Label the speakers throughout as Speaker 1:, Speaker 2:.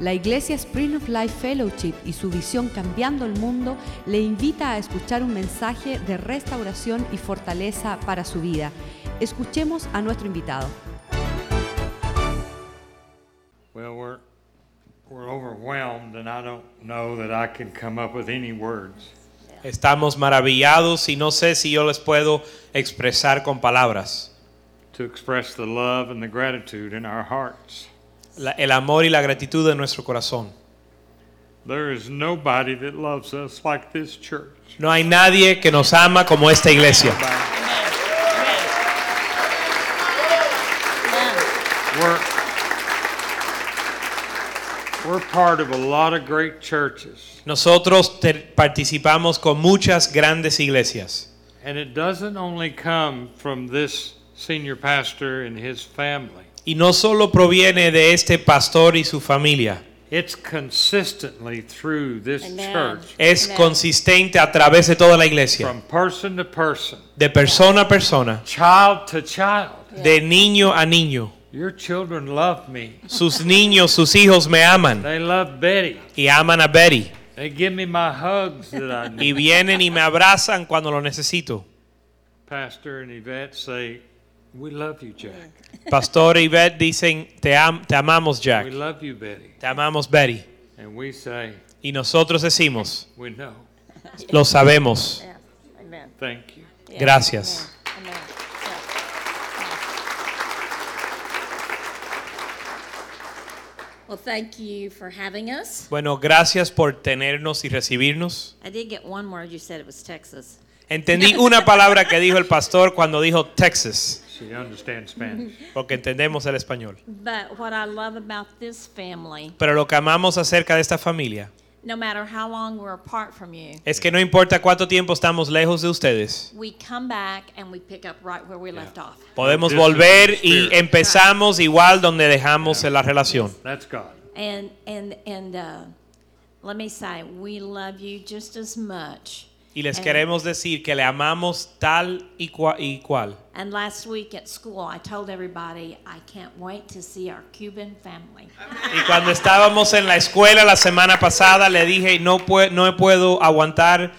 Speaker 1: La Iglesia Spring of Life Fellowship y su visión Cambiando el Mundo le invita a escuchar un mensaje de restauración y fortaleza para su vida. Escuchemos a nuestro invitado.
Speaker 2: Well, we're, we're overwhelmed, and I don't know that I can come up with any words.
Speaker 3: Estamos maravillados y no sé si yo les puedo expresar con palabras
Speaker 2: to express the love and the gratitude in our hearts.
Speaker 3: la- el amor y la gratitud de nuestro corazón.
Speaker 2: There is nobody that loves us like this church.
Speaker 3: No hay nadie que nos ama como esta iglesia.
Speaker 2: We're, we're part of a lot of great churches,
Speaker 3: Nosotros te- participamos con muchas grandes iglesias.
Speaker 2: and it doesn't only come from this senior pastor and his family,
Speaker 3: Y no solo proviene de este pastor y su familia,
Speaker 2: it's consistently through this
Speaker 4: Amen.
Speaker 2: church
Speaker 3: es
Speaker 4: Amen.
Speaker 3: consistente a través de toda la iglesia,
Speaker 2: from person to person,
Speaker 3: de persona a persona,
Speaker 2: child to child.
Speaker 3: de niño a niño.
Speaker 2: Your children love me.
Speaker 3: Sus niños, sus hijos me aman
Speaker 2: They love Betty.
Speaker 3: y aman a Betty.
Speaker 2: They give me my hugs that I
Speaker 3: Y
Speaker 2: need.
Speaker 3: vienen y me abrazan cuando lo necesito.
Speaker 2: Pastor and Yvette say, We love you, Jack.
Speaker 3: Pastor y Beth dicen, te, am- te amamos Jack,
Speaker 2: We love you, Betty.
Speaker 3: te amamos Betty.
Speaker 2: And we say,
Speaker 3: Y nosotros decimos,
Speaker 2: We know.
Speaker 3: lo sabemos.
Speaker 4: Yeah. Amen.
Speaker 2: Thank you.
Speaker 4: Yeah.
Speaker 3: Gracias.
Speaker 4: Amen. Amen. Well, thank you for having us.
Speaker 3: Bueno, gracias por tenernos y recibirnos.
Speaker 4: I did get one word. You said it was Texas.
Speaker 3: Entendí una palabra que dijo el pastor cuando dijo Texas,
Speaker 2: She understands Spanish.
Speaker 3: porque entendemos el español.
Speaker 4: But what I love about this family,
Speaker 3: Pero lo que amamos acerca de esta familia
Speaker 4: no matter how long we're apart from you,
Speaker 3: es que no importa cuánto tiempo estamos lejos de ustedes,
Speaker 4: we come back and we pick up right where we left off.
Speaker 3: podemos volver y empezamos igual donde dejamos la relación.
Speaker 2: That's God.
Speaker 4: And and and uh, let me say, we love you just as much.
Speaker 3: Y les queremos decir que le amamos tal y, cua- y cual.
Speaker 4: And last week at school, I told everybody, I can't wait to see our Cuban family.
Speaker 3: Y cuando estábamos en la escuela la semana pasada, le dije, no, pue- no puedo aguantar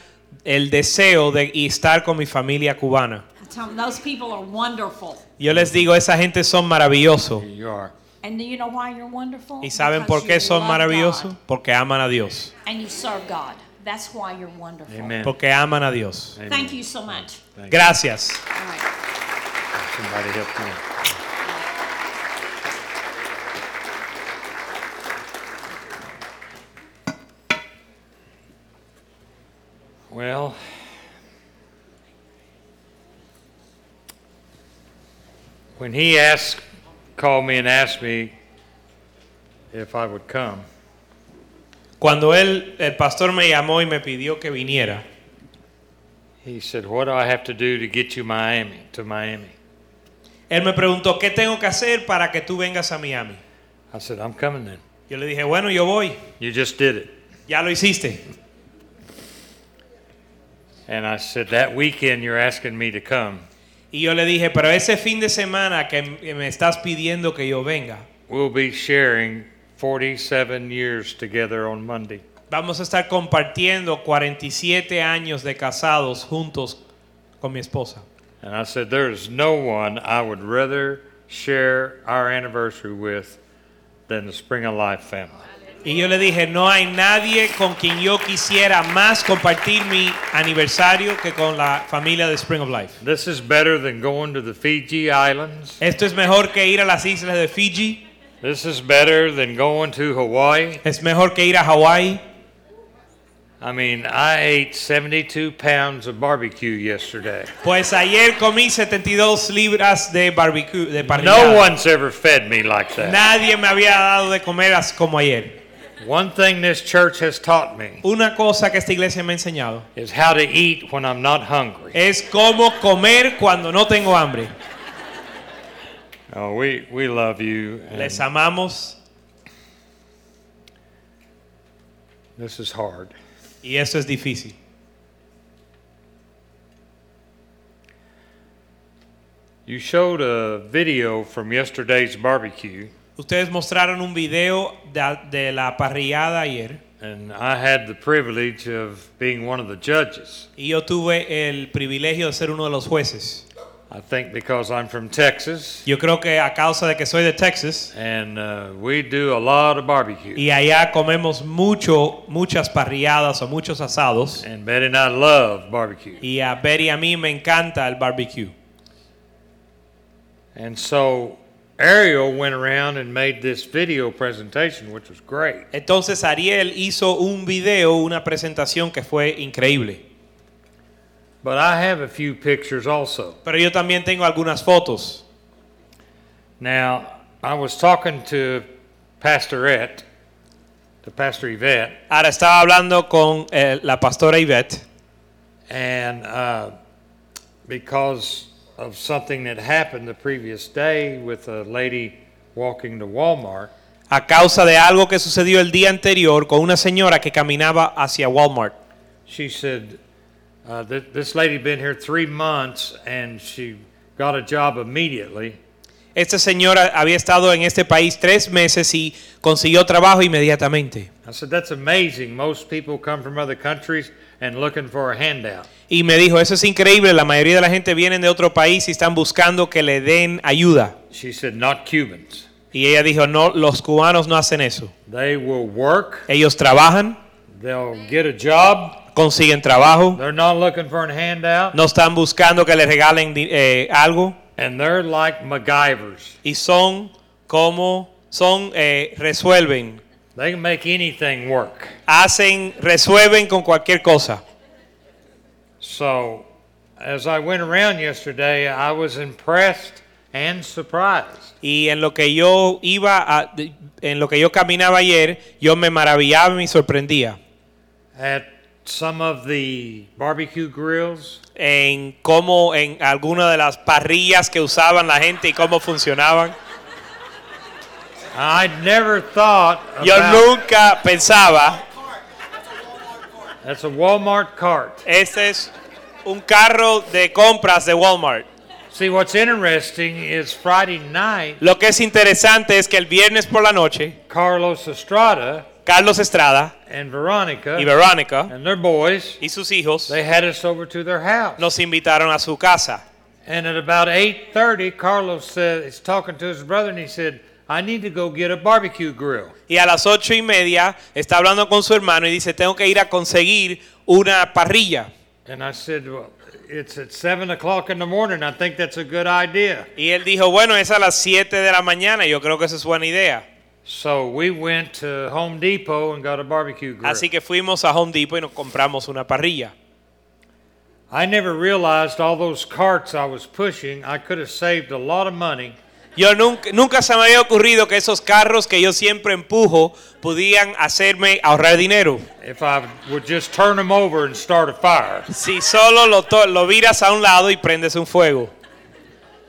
Speaker 3: el deseo de y estar con mi familia cubana.
Speaker 4: I told them, those people are wonderful.
Speaker 3: Yo les digo, esa gente son maravillosos.
Speaker 2: Here you are.
Speaker 4: And do you know why you're wonderful?
Speaker 3: ¿Y saben por qué
Speaker 4: Because you
Speaker 3: son
Speaker 4: love
Speaker 3: maravillosos?
Speaker 4: God
Speaker 3: Porque aman a Dios.
Speaker 4: And you serve God. That's why you're wonderful.
Speaker 2: Amen.
Speaker 3: Porque aman a Dios.
Speaker 2: Amen.
Speaker 4: Thank you so much.
Speaker 3: Gracias.
Speaker 4: All right.
Speaker 2: Somebody help me. Well, when he asked, called me and asked me if I would come,
Speaker 3: Cuando él, el pastor me llamó y me pidió que viniera,
Speaker 2: he said, "What do I have to do to get you Miami to Miami?"
Speaker 3: él me preguntó, ¿qué tengo que hacer para que tú vengas a Miami?
Speaker 2: I said, "I'm coming then."
Speaker 3: Yo le dije, bueno, yo voy.
Speaker 2: You just did it.
Speaker 3: Ya lo hiciste.
Speaker 2: And I said, That weekend you're asking me to come.
Speaker 3: Y yo le dije, pero ese fin de semana que m- que me estás pidiendo que yo venga,
Speaker 2: We'll be sharing 47 years together on Monday.
Speaker 3: vamos a estar compartiendo 47 años de casados juntos con mi esposa.
Speaker 2: And I said, There is no one I would rather share our anniversary with than the Spring of Life family.
Speaker 3: Y yo le dije, no hay nadie con quien yo quisiera más compartir mi aniversario que con la familia de Spring of Life.
Speaker 2: This is better than going to the Fiji Islands.
Speaker 3: Esto es mejor que ir a las islas de Fiji,
Speaker 2: This is better than going to Hawaii.
Speaker 3: es mejor que ir a Hawái.
Speaker 2: I mean, I ate 72 pounds of barbecue yesterday.
Speaker 3: Pues ayer comí 72 libras de barbecue, de parrillada.
Speaker 2: No one's ever fed me like that.
Speaker 3: Nadie me había dado de comer as- como ayer.
Speaker 2: One thing this church has taught me
Speaker 3: Una cosa que esta iglesia me ha enseñado
Speaker 2: is how to eat when I'm not hungry.
Speaker 3: es cómo comer cuando no tengo hambre.
Speaker 2: Oh, we, we love you. and
Speaker 3: Les amamos
Speaker 2: This is hard.
Speaker 3: y eso es difícil.
Speaker 2: You showed a video from yesterday's barbecue,
Speaker 3: Ustedes mostraron un video de, de la parrillada ayer
Speaker 2: And I had the privilege of being one of the judges.
Speaker 3: y yo tuve el privilegio de ser uno de los jueces.
Speaker 2: I think because I'm from Texas
Speaker 3: Yo creo que a causa de que soy de Texas
Speaker 2: and uh, we do a lot of barbecue.
Speaker 3: y allá comemos mucho, muchas parrilladas o muchos asados
Speaker 2: And Betty and I love barbecue.
Speaker 3: y a Betty y a mí me encanta el barbecue.
Speaker 2: And so Ariel went around and made this video presentation, which was great.
Speaker 3: Entonces Ariel hizo un video, una presentación que fue increíble.
Speaker 2: But I have a few pictures also.
Speaker 3: Pero yo también tengo algunas fotos.
Speaker 2: Now, I was talking to Pastorette, to Pastor Yvette,
Speaker 3: Ahora estaba hablando con eh, la pastora Yvette
Speaker 2: and uh, because of something that happened the previous day with a lady walking to Walmart,
Speaker 3: a causa de algo que sucedió el día anterior con una señora que caminaba hacia Walmart.
Speaker 2: she said uh, that this lady been here three months and she got a job immediately.
Speaker 3: Esta señora había estado en este país tres meses y consiguió trabajo inmediatamente.
Speaker 2: I said, that's amazing. Most people come from other countries and looking for a handout.
Speaker 3: Y me dijo, eso es increíble, la mayoría de la gente viene de otro país y están buscando que le den ayuda.
Speaker 2: She said, not Cubans.
Speaker 3: Y ella dijo, no, los cubanos no hacen eso.
Speaker 2: They will work,
Speaker 3: Ellos trabajan,
Speaker 2: they'll get a job,
Speaker 3: consiguen trabajo,
Speaker 2: they're not looking for a handout,
Speaker 3: no están buscando que les regalen di- eh, algo
Speaker 2: and they're like MacGyvers.
Speaker 3: y son como, son, eh, resuelven,
Speaker 2: They can make anything work.
Speaker 3: hacen, resuelven con cualquier cosa.
Speaker 2: So, as I went around yesterday, I was impressed and surprised.
Speaker 3: Y en lo que yo iba, a- de- en lo que yo caminaba ayer, yo me maravillaba y me sorprendía
Speaker 2: at some of the barbecue grills,
Speaker 3: en cómo, en alguna de las parrillas que usaban la gente y cómo funcionaban.
Speaker 2: I never thought about
Speaker 3: Yo nunca pensaba,
Speaker 2: that's a Walmart cart.
Speaker 3: este es un carro de compras de Walmart.
Speaker 2: See, what's interesting is Friday night,
Speaker 3: Lo que es interesante es que el viernes por la noche,
Speaker 2: Carlos Estrada
Speaker 3: Carlos Estrada
Speaker 2: and
Speaker 3: y
Speaker 2: Veronica
Speaker 3: Verónica
Speaker 2: and their boys,
Speaker 3: y sus hijos
Speaker 2: they had us over to their house.
Speaker 3: nos invitaron a su casa.
Speaker 2: And at about 8:30, Carlos said, "He's talking to his brother, and he said, "I need to go get a barbecue grill."
Speaker 3: Y a las ocho y media está hablando con su hermano y dice, tengo que ir a conseguir una parrilla.
Speaker 2: And I said, "Well, it's at seven o'clock in the morning. I think that's a good idea."
Speaker 3: Y él dijo, bueno, es a las 7 de la mañana, yo creo que esa es buena idea.
Speaker 2: So we went to Home Depot and got a barbecue grill.
Speaker 3: Así que fuimos a Home Depot y nos compramos una parrilla.
Speaker 2: I never realized all those carts I was pushing, I could have saved a lot of money
Speaker 3: Yo nunca, nunca se me había ocurrido que esos carros que yo siempre empujo podían hacerme ahorrar dinero.
Speaker 2: if I would just turn them over and start a fire.
Speaker 3: Si solo lo, to- lo viras a un lado y prendes un fuego.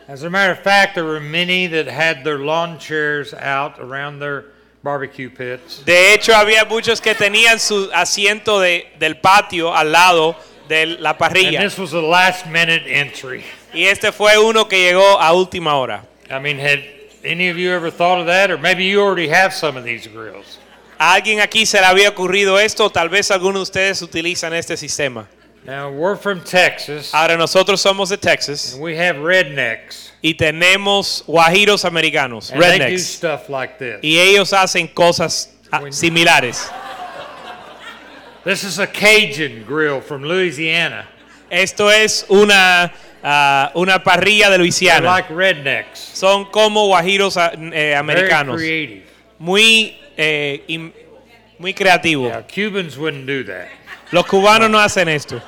Speaker 2: As a matter of fact, there were many that had their lawn chairs out around their barbecue pits.
Speaker 3: De hecho, había muchos que tenían su asiento de- del patio al lado de la
Speaker 2: And
Speaker 3: parrilla.
Speaker 2: this was a last minute entry.
Speaker 3: Y este fue uno que llegó a última hora.
Speaker 2: I mean, had any of you ever thought of that? Or maybe you already have some of these grills.
Speaker 3: ¿A alguien aquí se le había ocurrido esto? Tal vez algunos de ustedes utilizan este sistema.
Speaker 2: Now, we're from Texas,
Speaker 3: Ahora nosotros somos de Texas
Speaker 2: and we have rednecks.
Speaker 3: y tenemos guajiros americanos,
Speaker 2: And they do
Speaker 3: rednecks,
Speaker 2: stuff like this.
Speaker 3: y ellos hacen cosas ah,
Speaker 2: When-
Speaker 3: similares.
Speaker 2: This is a Cajun grill from Louisiana.
Speaker 3: Esto es una, ah, una parrilla de
Speaker 2: They're
Speaker 3: Luisiana.
Speaker 2: like rednecks.
Speaker 3: Son como guajiros ah, eh,
Speaker 2: Very
Speaker 3: americanos,
Speaker 2: creative.
Speaker 3: muy, eh, in- muy creativos.
Speaker 2: Now, Cubans wouldn't do that.
Speaker 3: Los cubanos no hacen esto.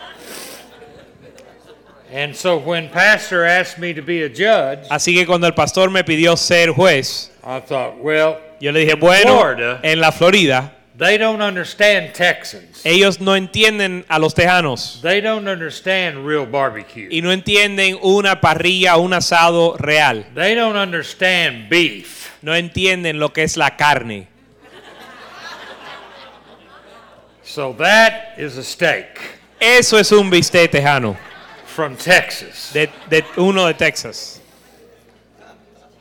Speaker 2: And so when Pastor asked me to be a judge,
Speaker 3: Así que cuando el pastor me pidió ser juez,
Speaker 2: I thought, well,
Speaker 3: yo le dije, bueno,
Speaker 2: Florida.
Speaker 3: en la Florida
Speaker 2: they don't understand Texans.
Speaker 3: ellos no entienden a los tejanos.
Speaker 2: They don't understand real barbecue.
Speaker 3: y no entienden una parrilla, un asado real.
Speaker 2: They don't understand beef.
Speaker 3: No entienden lo que es la carne.
Speaker 2: So that is a steak
Speaker 3: Eso es un bistec tejano
Speaker 2: from Texas.
Speaker 3: de, de uno de Texas.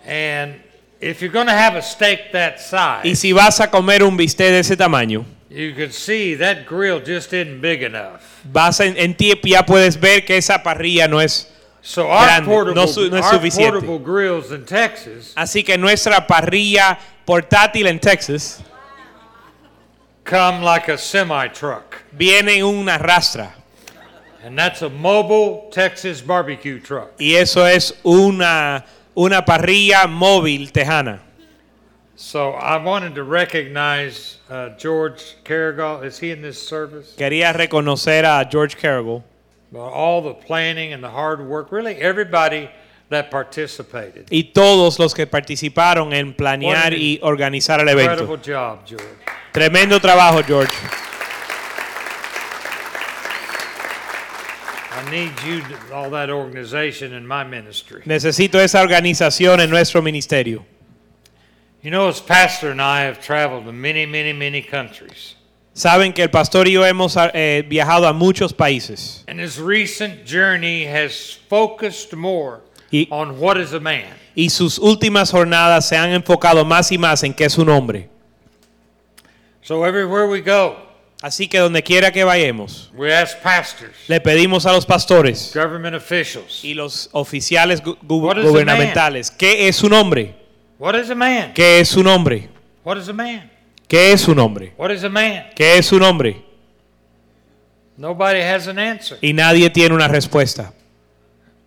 Speaker 2: And If you're going to have a steak that
Speaker 3: Y
Speaker 2: size,
Speaker 3: si vas a comer un bistec de ese tamaño,
Speaker 2: you can see that grill just isn't big enough.
Speaker 3: vas en, en ti ya puedes ver que esa parrilla no es.
Speaker 2: So our
Speaker 3: Grande. No
Speaker 2: portable,
Speaker 3: su- no es
Speaker 2: our
Speaker 3: suficiente.
Speaker 2: portable grills in Texas
Speaker 3: Así que nuestra parrilla portátil en Texas
Speaker 2: come like a semi truck,
Speaker 3: viene en una rastra.
Speaker 2: and that's a mobile Texas barbecue truck.
Speaker 3: Y eso es una, una parrilla móvil tejana.
Speaker 2: So I wanted to recognize uh, George Carrigal. Is he in this service?
Speaker 3: Quería reconocer a George Cargill
Speaker 2: Well, all the planning and the hard work, really everybody that participated.
Speaker 3: y todos los que participaron en planear y organizar el evento.
Speaker 2: Incredible job, George.
Speaker 3: Tremendo trabajo, George.
Speaker 2: I need you, to- all that organization in my ministry.
Speaker 3: Necesito esa organización en nuestro ministerio.
Speaker 2: You know, as pastor and I have traveled to many, many, many countries.
Speaker 3: Saben que el pastor y yo hemos eh, viajado a muchos países
Speaker 2: And his recent journey has focused more
Speaker 3: Y-
Speaker 2: on what is a man.
Speaker 3: y sus últimas jornadas se han enfocado más y más en qué es un hombre.
Speaker 2: So everywhere we go,
Speaker 3: Así que donde quiera que vayamos,
Speaker 2: we ask pastors,
Speaker 3: le pedimos a los pastores
Speaker 2: government officials,
Speaker 3: y los oficiales gu- gu-
Speaker 2: What is a
Speaker 3: gubernamentales, ¿qué es un hombre?
Speaker 2: what is a man?
Speaker 3: ¿Qué es un hombre?
Speaker 2: What is a man?
Speaker 3: ¿Qué es un hombre?
Speaker 2: What is a man?
Speaker 3: ¿Qué es un hombre?
Speaker 2: Nobody has an answer.
Speaker 3: Y nadie tiene una respuesta.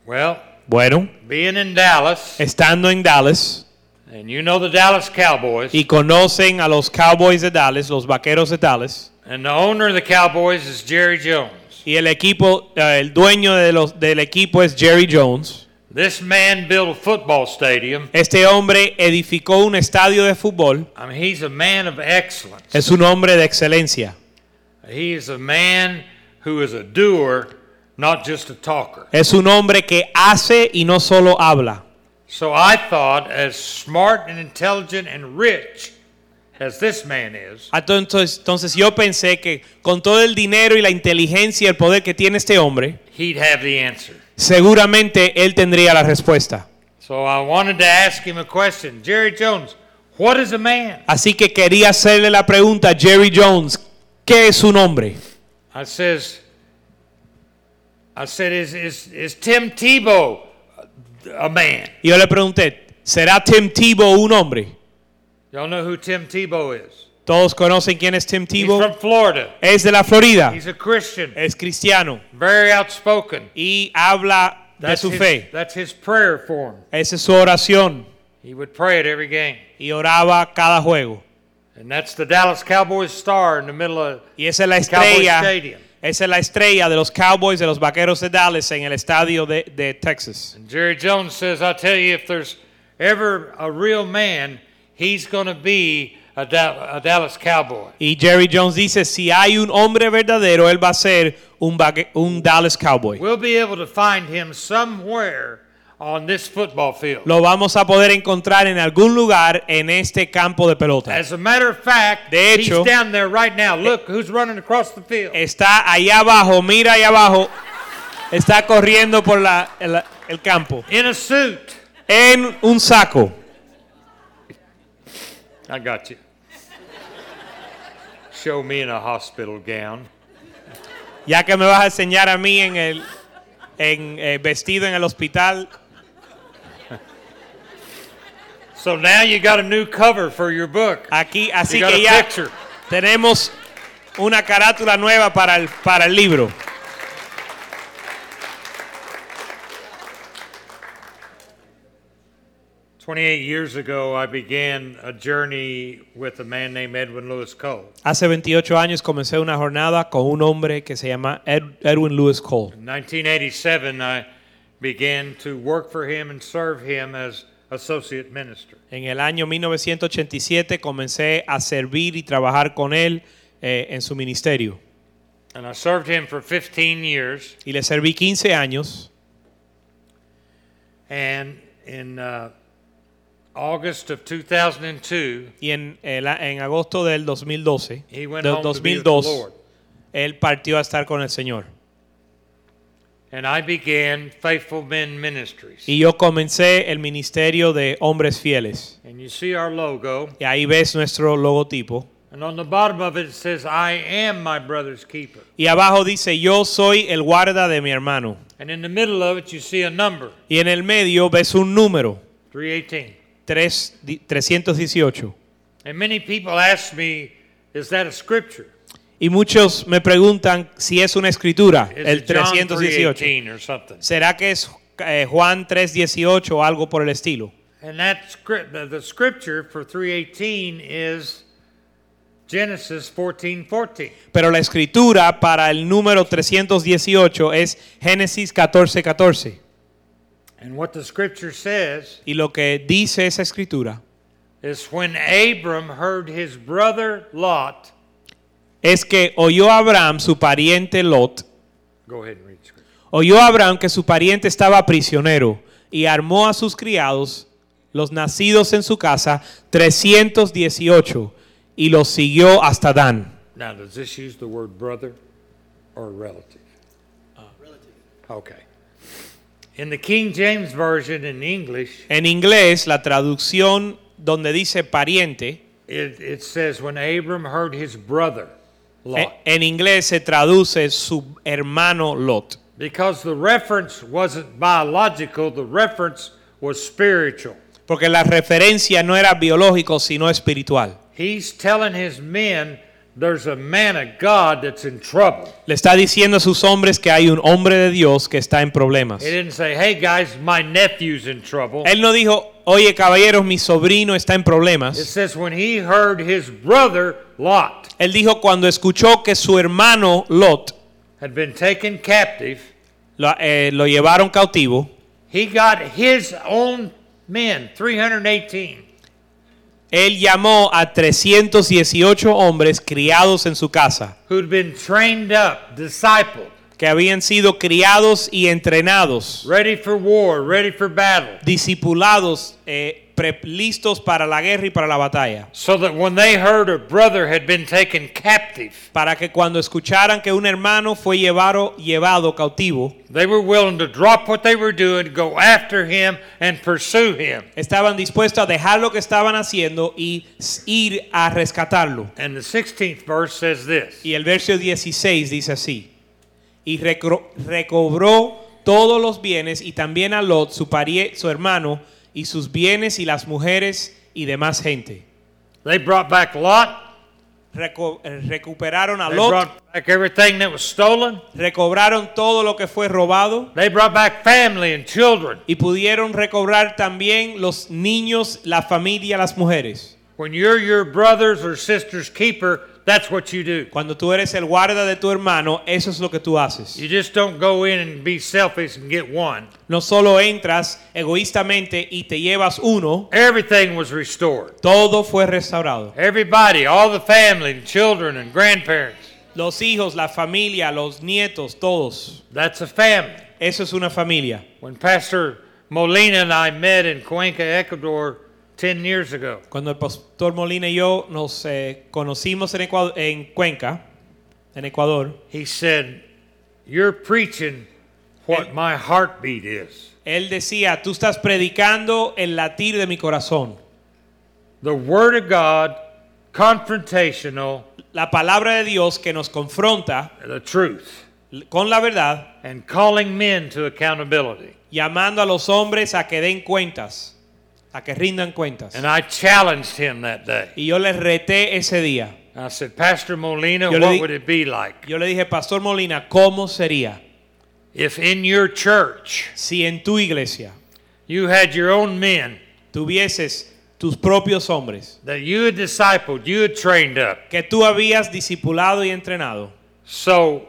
Speaker 2: Well,
Speaker 3: Bueno,
Speaker 2: being in Dallas,
Speaker 3: estando en Dallas
Speaker 2: and you know the Dallas Cowboys,
Speaker 3: y conocen a los Cowboys de Dallas, los Vaqueros de Dallas,
Speaker 2: and the owner of the Cowboys is Jerry Jones.
Speaker 3: Y el equipo, eh, el dueño de los, del equipo es Jerry Jones.
Speaker 2: This man built a football stadium.
Speaker 3: Este hombre edificó un estadio de fútbol.
Speaker 2: I mean, he's a man of excellence.
Speaker 3: Es un hombre de excelencia.
Speaker 2: He is a man who is a doer, not just a talker.
Speaker 3: Es un hombre que hace y no solo habla.
Speaker 2: So I thought, as smart and intelligent and rich as this man is,
Speaker 3: Ah, Entonces, entonces yo pensé que con todo el dinero y la inteligencia y el poder que tiene este hombre,
Speaker 2: he'd have the answer.
Speaker 3: seguramente él tendría la respuesta.
Speaker 2: So I wanted to ask him a question Jerry Jones, what is a man?
Speaker 3: Así que quería hacerle la pregunta a Jerry Jones, ¿qué es un hombre?
Speaker 2: I says, I said, is, is, is Tim Tebow a man?
Speaker 3: Y yo le pregunté, ¿será Tim Tebow un hombre?
Speaker 2: Y'all know who Tim Tebow is.
Speaker 3: Todos conocen quién es Tim
Speaker 2: He's
Speaker 3: Tebow.
Speaker 2: from Florida.
Speaker 3: Es de la Florida.
Speaker 2: He's a Christian,
Speaker 3: Es cristiano.
Speaker 2: very outspoken.
Speaker 3: Y habla de
Speaker 2: That's
Speaker 3: su
Speaker 2: his,
Speaker 3: fe.
Speaker 2: that's his prayer for him.
Speaker 3: Esa es su oración.
Speaker 2: He would pray at every game.
Speaker 3: Y oraba cada juego.
Speaker 2: And that's the Dallas Cowboys star in the middle of
Speaker 3: Y esa es la
Speaker 2: Cowboys
Speaker 3: estrella.
Speaker 2: Stadium.
Speaker 3: Esa es la estrella de los Cowboys, de los Vaqueros de Dallas en el estadio de, de Texas.
Speaker 2: And Jerry Jones says, I tell you, if there's ever a real man, he's going to be a, Dal- a Dallas Cowboy.
Speaker 3: Y Jerry Jones dice, si hay un hombre verdadero, él va a ser un, vaque- un Dallas Cowboy.
Speaker 2: We'll be able to find him somewhere on this football field.
Speaker 3: Lo vamos a poder encontrar en algún lugar en este campo de pelota.
Speaker 2: As a matter of fact,
Speaker 3: De hecho-
Speaker 2: he's down there right now. Look who's running across the field.
Speaker 3: Está allá abajo, mira allá abajo. Está corriendo por la- el- el campo.
Speaker 2: In a suit.
Speaker 3: en un saco.
Speaker 2: I got you. Show me in a hospital gown.
Speaker 3: Ya que me vas a enseñar a mí en el en, eh, vestido en el hospital.
Speaker 2: So now you got a new cover for your book.
Speaker 3: Aquí,
Speaker 2: You
Speaker 3: así
Speaker 2: got
Speaker 3: que
Speaker 2: a
Speaker 3: ya
Speaker 2: picture.
Speaker 3: tenemos una carátula nueva para el, para el libro.
Speaker 2: Twenty-eight years ago, I began a journey with a man named Edwin Lewis Cole.
Speaker 3: Hace 28 años comencé una jornada con un hombre que se llama Ed- Edwin Lewis Cole.
Speaker 2: In 1987, I began to work for him and serve him as associate minister.
Speaker 3: En el año 1987 comencé a servir y trabajar con él eh, en su ministerio.
Speaker 2: And I served him for 15 years.
Speaker 3: Y le serví 15 años.
Speaker 2: And in uh, August of 2002,
Speaker 3: Y en, el a- en agosto del 2012,
Speaker 2: he went
Speaker 3: del
Speaker 2: home to be with the
Speaker 3: 2002,
Speaker 2: Lord.
Speaker 3: él partió a estar con el Señor.
Speaker 2: and I began Faithful Men Ministries.
Speaker 3: Y yo comencé el ministerio de hombres fieles.
Speaker 2: And you see our logo,
Speaker 3: Y ahí ves nuestro logotipo.
Speaker 2: and on the bottom of it says, I am my brother's keeper.
Speaker 3: Y abajo dice, yo soy el guarda de mi hermano.
Speaker 2: And in the middle of it, you see a number,
Speaker 3: Y en el medio ves un número,
Speaker 2: 318.
Speaker 3: tres- di- 318.
Speaker 2: And many people ask me, is that a scripture?
Speaker 3: Y muchos me preguntan si es una escritura,
Speaker 2: Is
Speaker 3: el
Speaker 2: it John
Speaker 3: 318.
Speaker 2: 3:18 or something?
Speaker 3: ¿Será que es eh, Juan 318 o algo por el estilo?
Speaker 2: And that script, the, the scripture for 318 is Genesis 14, 14.
Speaker 3: Pero la escritura para el número 318 es Génesis 14, 14.
Speaker 2: And what the scripture says
Speaker 3: Y lo que dice esa escritura
Speaker 2: is when Abram heard his brother Lot,
Speaker 3: es que oyó Abraham, su pariente Lot,
Speaker 2: go ahead and read the scripture.
Speaker 3: oyó Abraham que su pariente estaba prisionero y armó a sus criados, los nacidos en su casa, 318, y los siguió hasta Dan.
Speaker 2: Now, does this use the word brother or relative? relative. Okay. In the King James Version in English,
Speaker 3: En inglés, la traducción donde dice pariente,
Speaker 2: it, it says when Abram heard his brother Lot.
Speaker 3: e- en inglés se traduce su hermano Lot.
Speaker 2: Because the reference wasn't biological, the reference was spiritual.
Speaker 3: Porque la referencia no era biológico, sino espiritual.
Speaker 2: He's telling his men there's a man of God that's in trouble.
Speaker 3: Le está diciendo a sus hombres que hay un hombre de Dios que está en problemas.
Speaker 2: He didn't say, hey guys, my nephew's in trouble.
Speaker 3: Él no dijo, oye caballeros, mi sobrino está en
Speaker 2: It
Speaker 3: problemas.
Speaker 2: says, when he heard his brother Lot
Speaker 3: Él dijo cuando escuchó que su hermano Lot
Speaker 2: had been taken captive,
Speaker 3: lo, eh, lo llevaron cautivo,
Speaker 2: he got his own men, 318.
Speaker 3: él llamó a 318 hombres criados en su casa,
Speaker 2: Who'd been trained up, discipled,
Speaker 3: que habían sido criados y entrenados,
Speaker 2: ready for war, ready for battle,
Speaker 3: discipulados, eh, pre- listos para la guerra y para la batalla.
Speaker 2: so that when they heard a brother had been taken captive,
Speaker 3: para que cuando escucharan que un hermano fue llevado, llevado cautivo,
Speaker 2: They were willing to drop what they were doing, go after him, and pursue him.
Speaker 3: estaban dispuestos a dejar lo que estaban haciendo y s- ir a rescatarlo.
Speaker 2: And the 16th verse says this
Speaker 3: Y el verso 16 dice así, y recro- recobró todos los bienes y también a Lot, su, parie- su hermano, y sus bienes y las mujeres y demás gente.
Speaker 2: They brought back Lot,
Speaker 3: Reco- eh, recuperaron a
Speaker 2: they
Speaker 3: Lot,
Speaker 2: brought back everything that was stolen,
Speaker 3: recobraron todo lo que fue robado
Speaker 2: they brought back family and children.
Speaker 3: y pudieron recobrar también los niños, la familia, las mujeres.
Speaker 2: When you're your brother's or sister's keeper, that's what you do.
Speaker 3: Cuando tú eres el guarda de tu hermano, eso es lo que tú haces.
Speaker 2: You just don't go in and be selfish and get one.
Speaker 3: No solo entras egoístamente y te llevas uno,
Speaker 2: Everything was restored.
Speaker 3: todo fue restaurado.
Speaker 2: Everybody, all the family and children and grandparents.
Speaker 3: Los hijos, la familia, los nietos, todos.
Speaker 2: That's a family.
Speaker 3: Eso es una familia.
Speaker 2: When Pastor Molina and I met in Cuenca, Ecuador 10 years ago,
Speaker 3: Cuando el pastor Molina y yo nos eh, conocimos en, Ecua- en Cuenca, en Ecuador,
Speaker 2: he said, You're preaching what my heartbeat is.
Speaker 3: él decía, tú estás predicando el latir de mi corazón.
Speaker 2: The Word of God, confrontational,
Speaker 3: La palabra de Dios que nos confronta
Speaker 2: the truth,
Speaker 3: con la verdad,
Speaker 2: and calling men to accountability.
Speaker 3: llamando a los hombres a que den cuentas, a que rindan cuentas.
Speaker 2: And I challenged him that day.
Speaker 3: Y yo les reté ese día.
Speaker 2: I said, Pastor Molina,
Speaker 3: Yo le di-
Speaker 2: what would it be like
Speaker 3: Yo le dije, Pastor Molina, ¿cómo sería
Speaker 2: if in your church
Speaker 3: si en tu iglesia
Speaker 2: you had your own men
Speaker 3: tuvieses tus propios hombres
Speaker 2: that you had discipled, you had trained up?
Speaker 3: que tú habías discipulado y entrenado?
Speaker 2: So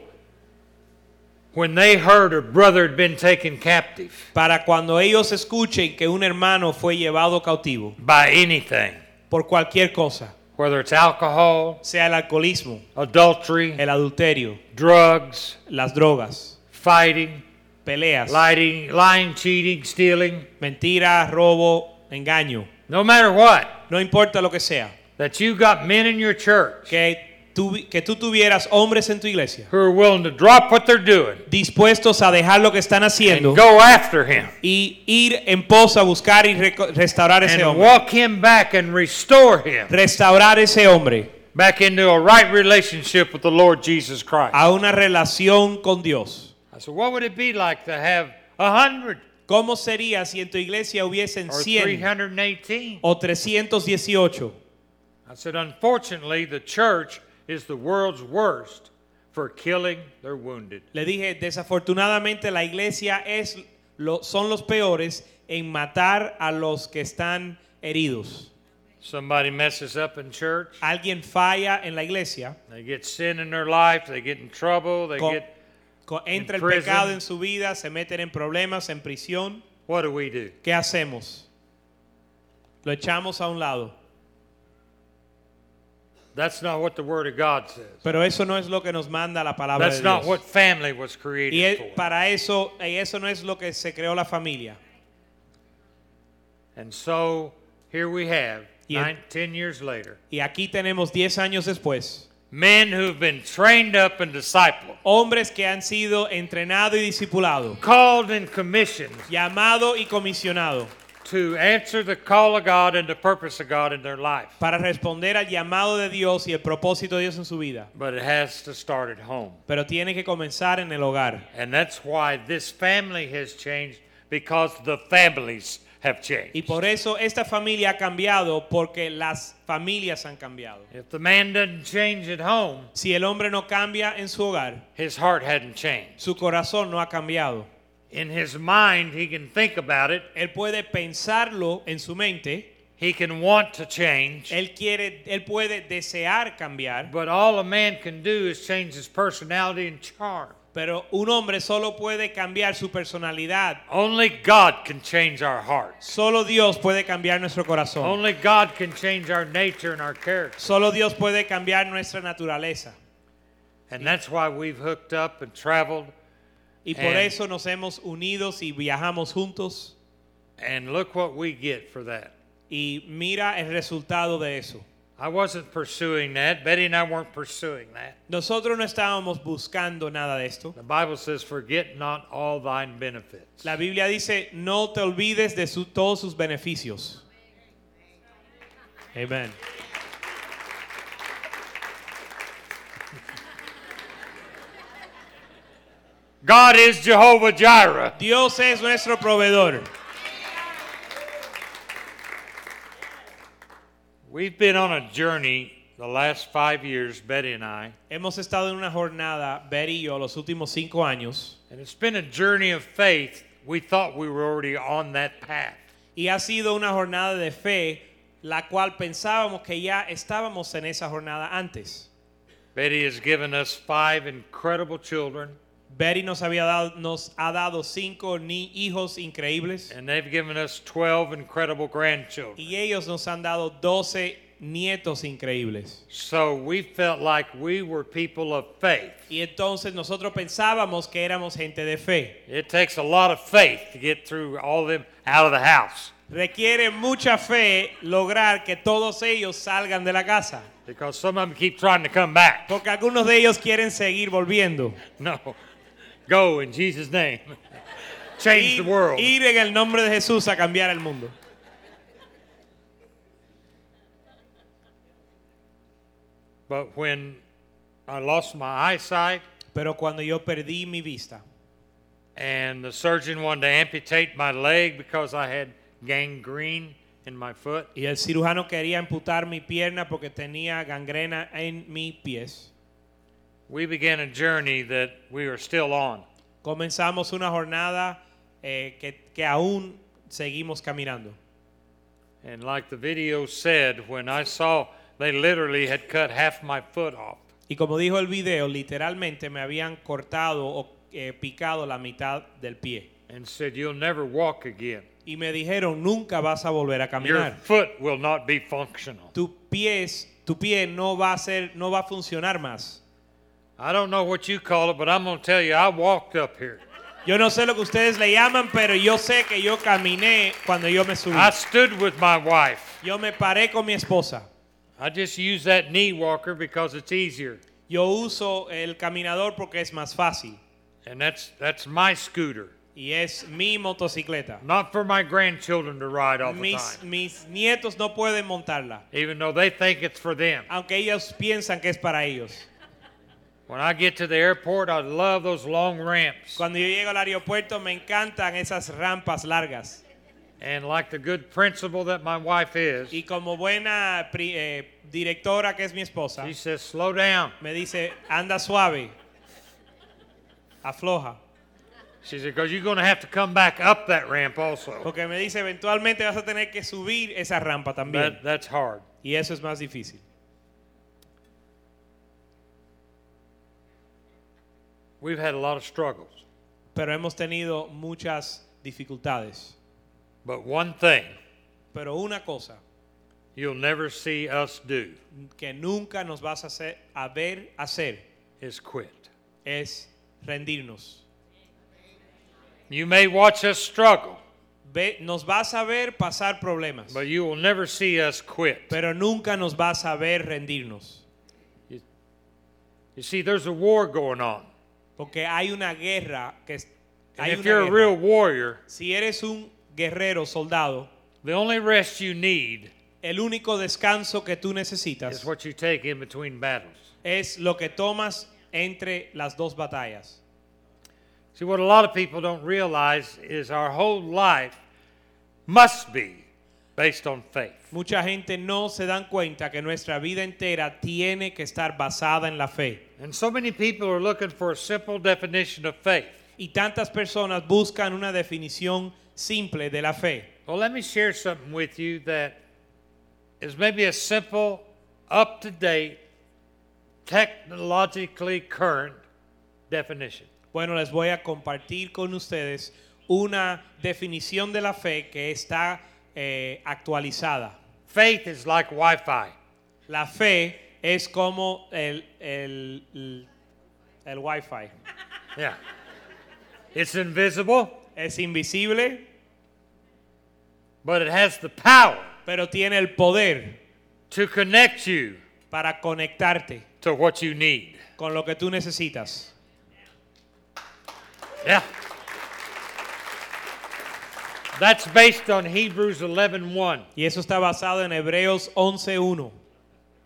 Speaker 2: when they heard her brother had been taken captive
Speaker 3: Para cuando ellos escuchen que un hermano fue llevado cautivo
Speaker 2: by anything,
Speaker 3: por cualquier cosa,
Speaker 2: whether it's alcohol,
Speaker 3: sea el alcoholismo,
Speaker 2: adultery,
Speaker 3: el adulterio,
Speaker 2: drugs,
Speaker 3: las drogas,
Speaker 2: fighting,
Speaker 3: peleas,
Speaker 2: lying, lying, cheating, stealing,
Speaker 3: mentiras, robo, engaño,
Speaker 2: no matter what,
Speaker 3: no importa lo que sea,
Speaker 2: that you got men in your church
Speaker 3: que tuvi- que tú tuvieras hombres en tu iglesia
Speaker 2: who are willing to drop what they're doing
Speaker 3: dispuestos a dejar lo que están haciendo
Speaker 2: and go after him
Speaker 3: y ir en pos a buscar y reco- restaurar ese
Speaker 2: and
Speaker 3: hombre.
Speaker 2: walk him back and restore him
Speaker 3: Restaurar ese hombre
Speaker 2: back into a right relationship with the Lord Jesus Christ.
Speaker 3: a una relación con Dios.
Speaker 2: I said, what would it be like to have a hundred
Speaker 3: ¿Cómo sería si en tu iglesia hubiesen
Speaker 2: or
Speaker 3: 100
Speaker 2: 318?
Speaker 3: o 318?
Speaker 2: I said, unfortunately, the church is the world's worst for killing their wounded.
Speaker 3: Le dije, desafortunadamente la iglesia es, lo- son los peores en matar a los que están heridos.
Speaker 2: Somebody messes up in church.
Speaker 3: Alguien falla en la iglesia,
Speaker 2: They get sin in their life. They get in trouble. They
Speaker 3: co-
Speaker 2: get.
Speaker 3: co- entra
Speaker 2: in
Speaker 3: el pecado
Speaker 2: prison.
Speaker 3: en su vida, se meten en problemas, en prisión.
Speaker 2: What do we do?
Speaker 3: ¿Qué hacemos? Lo echamos a un lado.
Speaker 2: That's not what the Word of God says.
Speaker 3: Pero eso no es lo que nos manda la palabra
Speaker 2: That's
Speaker 3: de
Speaker 2: not
Speaker 3: Dios.
Speaker 2: what family was
Speaker 3: y
Speaker 2: created
Speaker 3: es-
Speaker 2: for.
Speaker 3: para eso, y eso no es lo que se creó la familia.
Speaker 2: And so here we have,
Speaker 3: Y en-
Speaker 2: nine, ten years later,
Speaker 3: Y aquí tenemos 10 años después,
Speaker 2: men who've been trained up and discipled,
Speaker 3: hombres que han sido entrenados y discipulados.
Speaker 2: called and commissioned
Speaker 3: llamado y comisionado
Speaker 2: to answer the call of God and the purpose of God in their life.
Speaker 3: para responder al llamado de Dios y el propósito de Dios en su vida.
Speaker 2: But it has to start at home.
Speaker 3: Pero tiene que comenzar en el hogar.
Speaker 2: And that's why this family has changed because the families have changed.
Speaker 3: Y por eso esta familia ha cambiado porque las familias han cambiado.
Speaker 2: If the man doesn't change at home,
Speaker 3: Si el hombre no cambia en su hogar,
Speaker 2: his heart hadn't changed.
Speaker 3: su corazón no ha cambiado.
Speaker 2: In his mind, he can think about it.
Speaker 3: Él puede pensarlo en su mente,
Speaker 2: He can want to change.
Speaker 3: él quiere, él puede desear cambiar,
Speaker 2: But all a man can do is change his personality and charm.
Speaker 3: pero un hombre solo puede cambiar su personalidad.
Speaker 2: Only God can change our hearts.
Speaker 3: Solo Dios puede cambiar nuestro corazón.
Speaker 2: Only God can change our nature and our character.
Speaker 3: Solo Dios puede cambiar nuestra naturaleza.
Speaker 2: And that's why we've hooked up and traveled.
Speaker 3: Y por
Speaker 2: And-
Speaker 3: eso nos hemos unidos y viajamos juntos.
Speaker 2: And look what we get for that.
Speaker 3: Y mira el resultado de eso.
Speaker 2: I wasn't pursuing that. Betty and I weren't pursuing that.
Speaker 3: Nosotros no estábamos buscando nada de esto.
Speaker 2: The Bible says, Forget not all thine benefits.
Speaker 3: La Biblia dice, no te olvides de su- todos sus beneficios. Amén.
Speaker 2: God is Jehovah Jireh.
Speaker 3: Dios es nuestro proveedor.
Speaker 2: We've been on a journey the last five years, Betty and I,
Speaker 3: Hemos estado en una jornada, Betty y yo, los últimos cinco años.
Speaker 2: and it's been a journey of faith. We thought we were already on that path.
Speaker 3: Y ha sido una jornada de fe, la cual pensábamos que ya estábamos en esa jornada antes.
Speaker 2: Betty has given us five incredible children,
Speaker 3: Betty nos había dado, nos ha dado cinco ni hijos increíbles
Speaker 2: and they've given us 12 incredible grandchildren.
Speaker 3: y ellos nos han dado 12 nietos increíbles.
Speaker 2: So we felt like we were people of faith.
Speaker 3: Y entonces nosotros pensábamos que éramos gente de fe.
Speaker 2: It takes a lot of faith to get through all of them out of the house
Speaker 3: Requiere mucha fe lograr que todos ellos salgan de la casa,
Speaker 2: because some of them keep trying to come back.
Speaker 3: porque algunos de ellos quieren seguir volviendo.
Speaker 2: No. Go in Jesus' name. Change the
Speaker 3: Ir,
Speaker 2: world.
Speaker 3: ir en el nombre de Jesús a cambiar el mundo.
Speaker 2: But when I lost my eyesight
Speaker 3: Pero cuando yo perdí mi vista
Speaker 2: and the surgeon wanted to amputate my leg because I had gangrene in my foot,
Speaker 3: y el cirujano quería amputar mi pierna porque tenía gangrena en mis pies,
Speaker 2: we began a journey that we are still on.
Speaker 3: comenzamos una jornada eh, que, que aún seguimos caminando.
Speaker 2: And like the video said, when I saw they literally had cut half my foot off.
Speaker 3: Y como dijo el video, literalmente me habían cortado o eh, picado la mitad del pie.
Speaker 2: and said, You'll never walk again.
Speaker 3: Y me dijeron, nunca vas a volver a
Speaker 2: Your
Speaker 3: caminar.
Speaker 2: foot will not be functional.
Speaker 3: Tu, pies, tu pie no va, a ser, no va a funcionar más.
Speaker 2: I don't know what you call it, but I'm going to tell you, I walked up here.
Speaker 3: Yo no sé lo que ustedes le llaman, pero yo sé que yo
Speaker 2: Ah,
Speaker 3: caminé cuando yo me subí.
Speaker 2: I stood with my wife.
Speaker 3: Yo me paré con mi esposa.
Speaker 2: I just use that knee walker because it's easier.
Speaker 3: Yo uso el caminador porque es más fácil
Speaker 2: And that's that's my scooter.
Speaker 3: y es mi motocicleta.
Speaker 2: Not for my grandchildren to ride all the
Speaker 3: Mis,
Speaker 2: time.
Speaker 3: mis nietos no pueden montarla,
Speaker 2: Even though they think it's for them.
Speaker 3: aunque ellos piensan que es para ellos.
Speaker 2: When I get to the airport, I love those long ramps.
Speaker 3: Cuando yo llego al aeropuerto me encantan esas rampas largas.
Speaker 2: And like the good principal that my wife is,
Speaker 3: Y como buena pri- eh, directora que es mi esposa,
Speaker 2: she says, slow down.
Speaker 3: me dice, anda suave, afloja.
Speaker 2: She said, because you're going to have to come back up that ramp also.
Speaker 3: Porque me dice, eventualmente vas a tener que subir esa rampa también.
Speaker 2: That, that's hard.
Speaker 3: Y eso es más difícil.
Speaker 2: We've had a lot of struggles.
Speaker 3: Pero hemos tenido muchas dificultades.
Speaker 2: But one thing
Speaker 3: Pero una cosa
Speaker 2: you'll never see us do
Speaker 3: que nunca nos vas a, hacer, a ver hacer
Speaker 2: is quit.
Speaker 3: es rendirnos.
Speaker 2: You may watch us struggle,
Speaker 3: Ve- nos vas a ver pasar problemas,
Speaker 2: but you will never see us quit.
Speaker 3: pero nunca nos vas a ver rendirnos.
Speaker 2: You see, there's a war going on.
Speaker 3: Porque hay una guerra que es- hay
Speaker 2: And if
Speaker 3: una
Speaker 2: you're a
Speaker 3: guerra.
Speaker 2: real warrior,
Speaker 3: Si eres un guerrero soldado,
Speaker 2: the only rest you need
Speaker 3: el único descanso que tú
Speaker 2: is
Speaker 3: necesitas
Speaker 2: what you take in between battles.
Speaker 3: es lo que tomas entre las dos batallas.
Speaker 2: See, what a lot of people don't realize is our whole life must be based on faith.
Speaker 3: Mucha gente no se dan cuenta que nuestra vida entera tiene que estar basada en la fe.
Speaker 2: And so many people are looking for a simple definition of faith.
Speaker 3: Y tantas personas buscan una definición simple de la fe.
Speaker 2: Well, let me share something with you that is maybe a simple, up to date, technologically current definition.
Speaker 3: Bueno, les voy a compartir con ustedes una definición de la fe que está eh, actualizada.
Speaker 2: Faith is like Wi Fi,
Speaker 3: La fe es como el, el, el, el wifi.
Speaker 2: yeah, it's invisible,
Speaker 3: Es invisible,
Speaker 2: but it has the power
Speaker 3: pero tiene el poder
Speaker 2: to connect you
Speaker 3: para conectarte
Speaker 2: to what you need.
Speaker 3: con lo que tú necesitas.
Speaker 2: Yeah. That's based on Hebrews 11:1.
Speaker 3: Y eso está basado en Hebreos 11.1.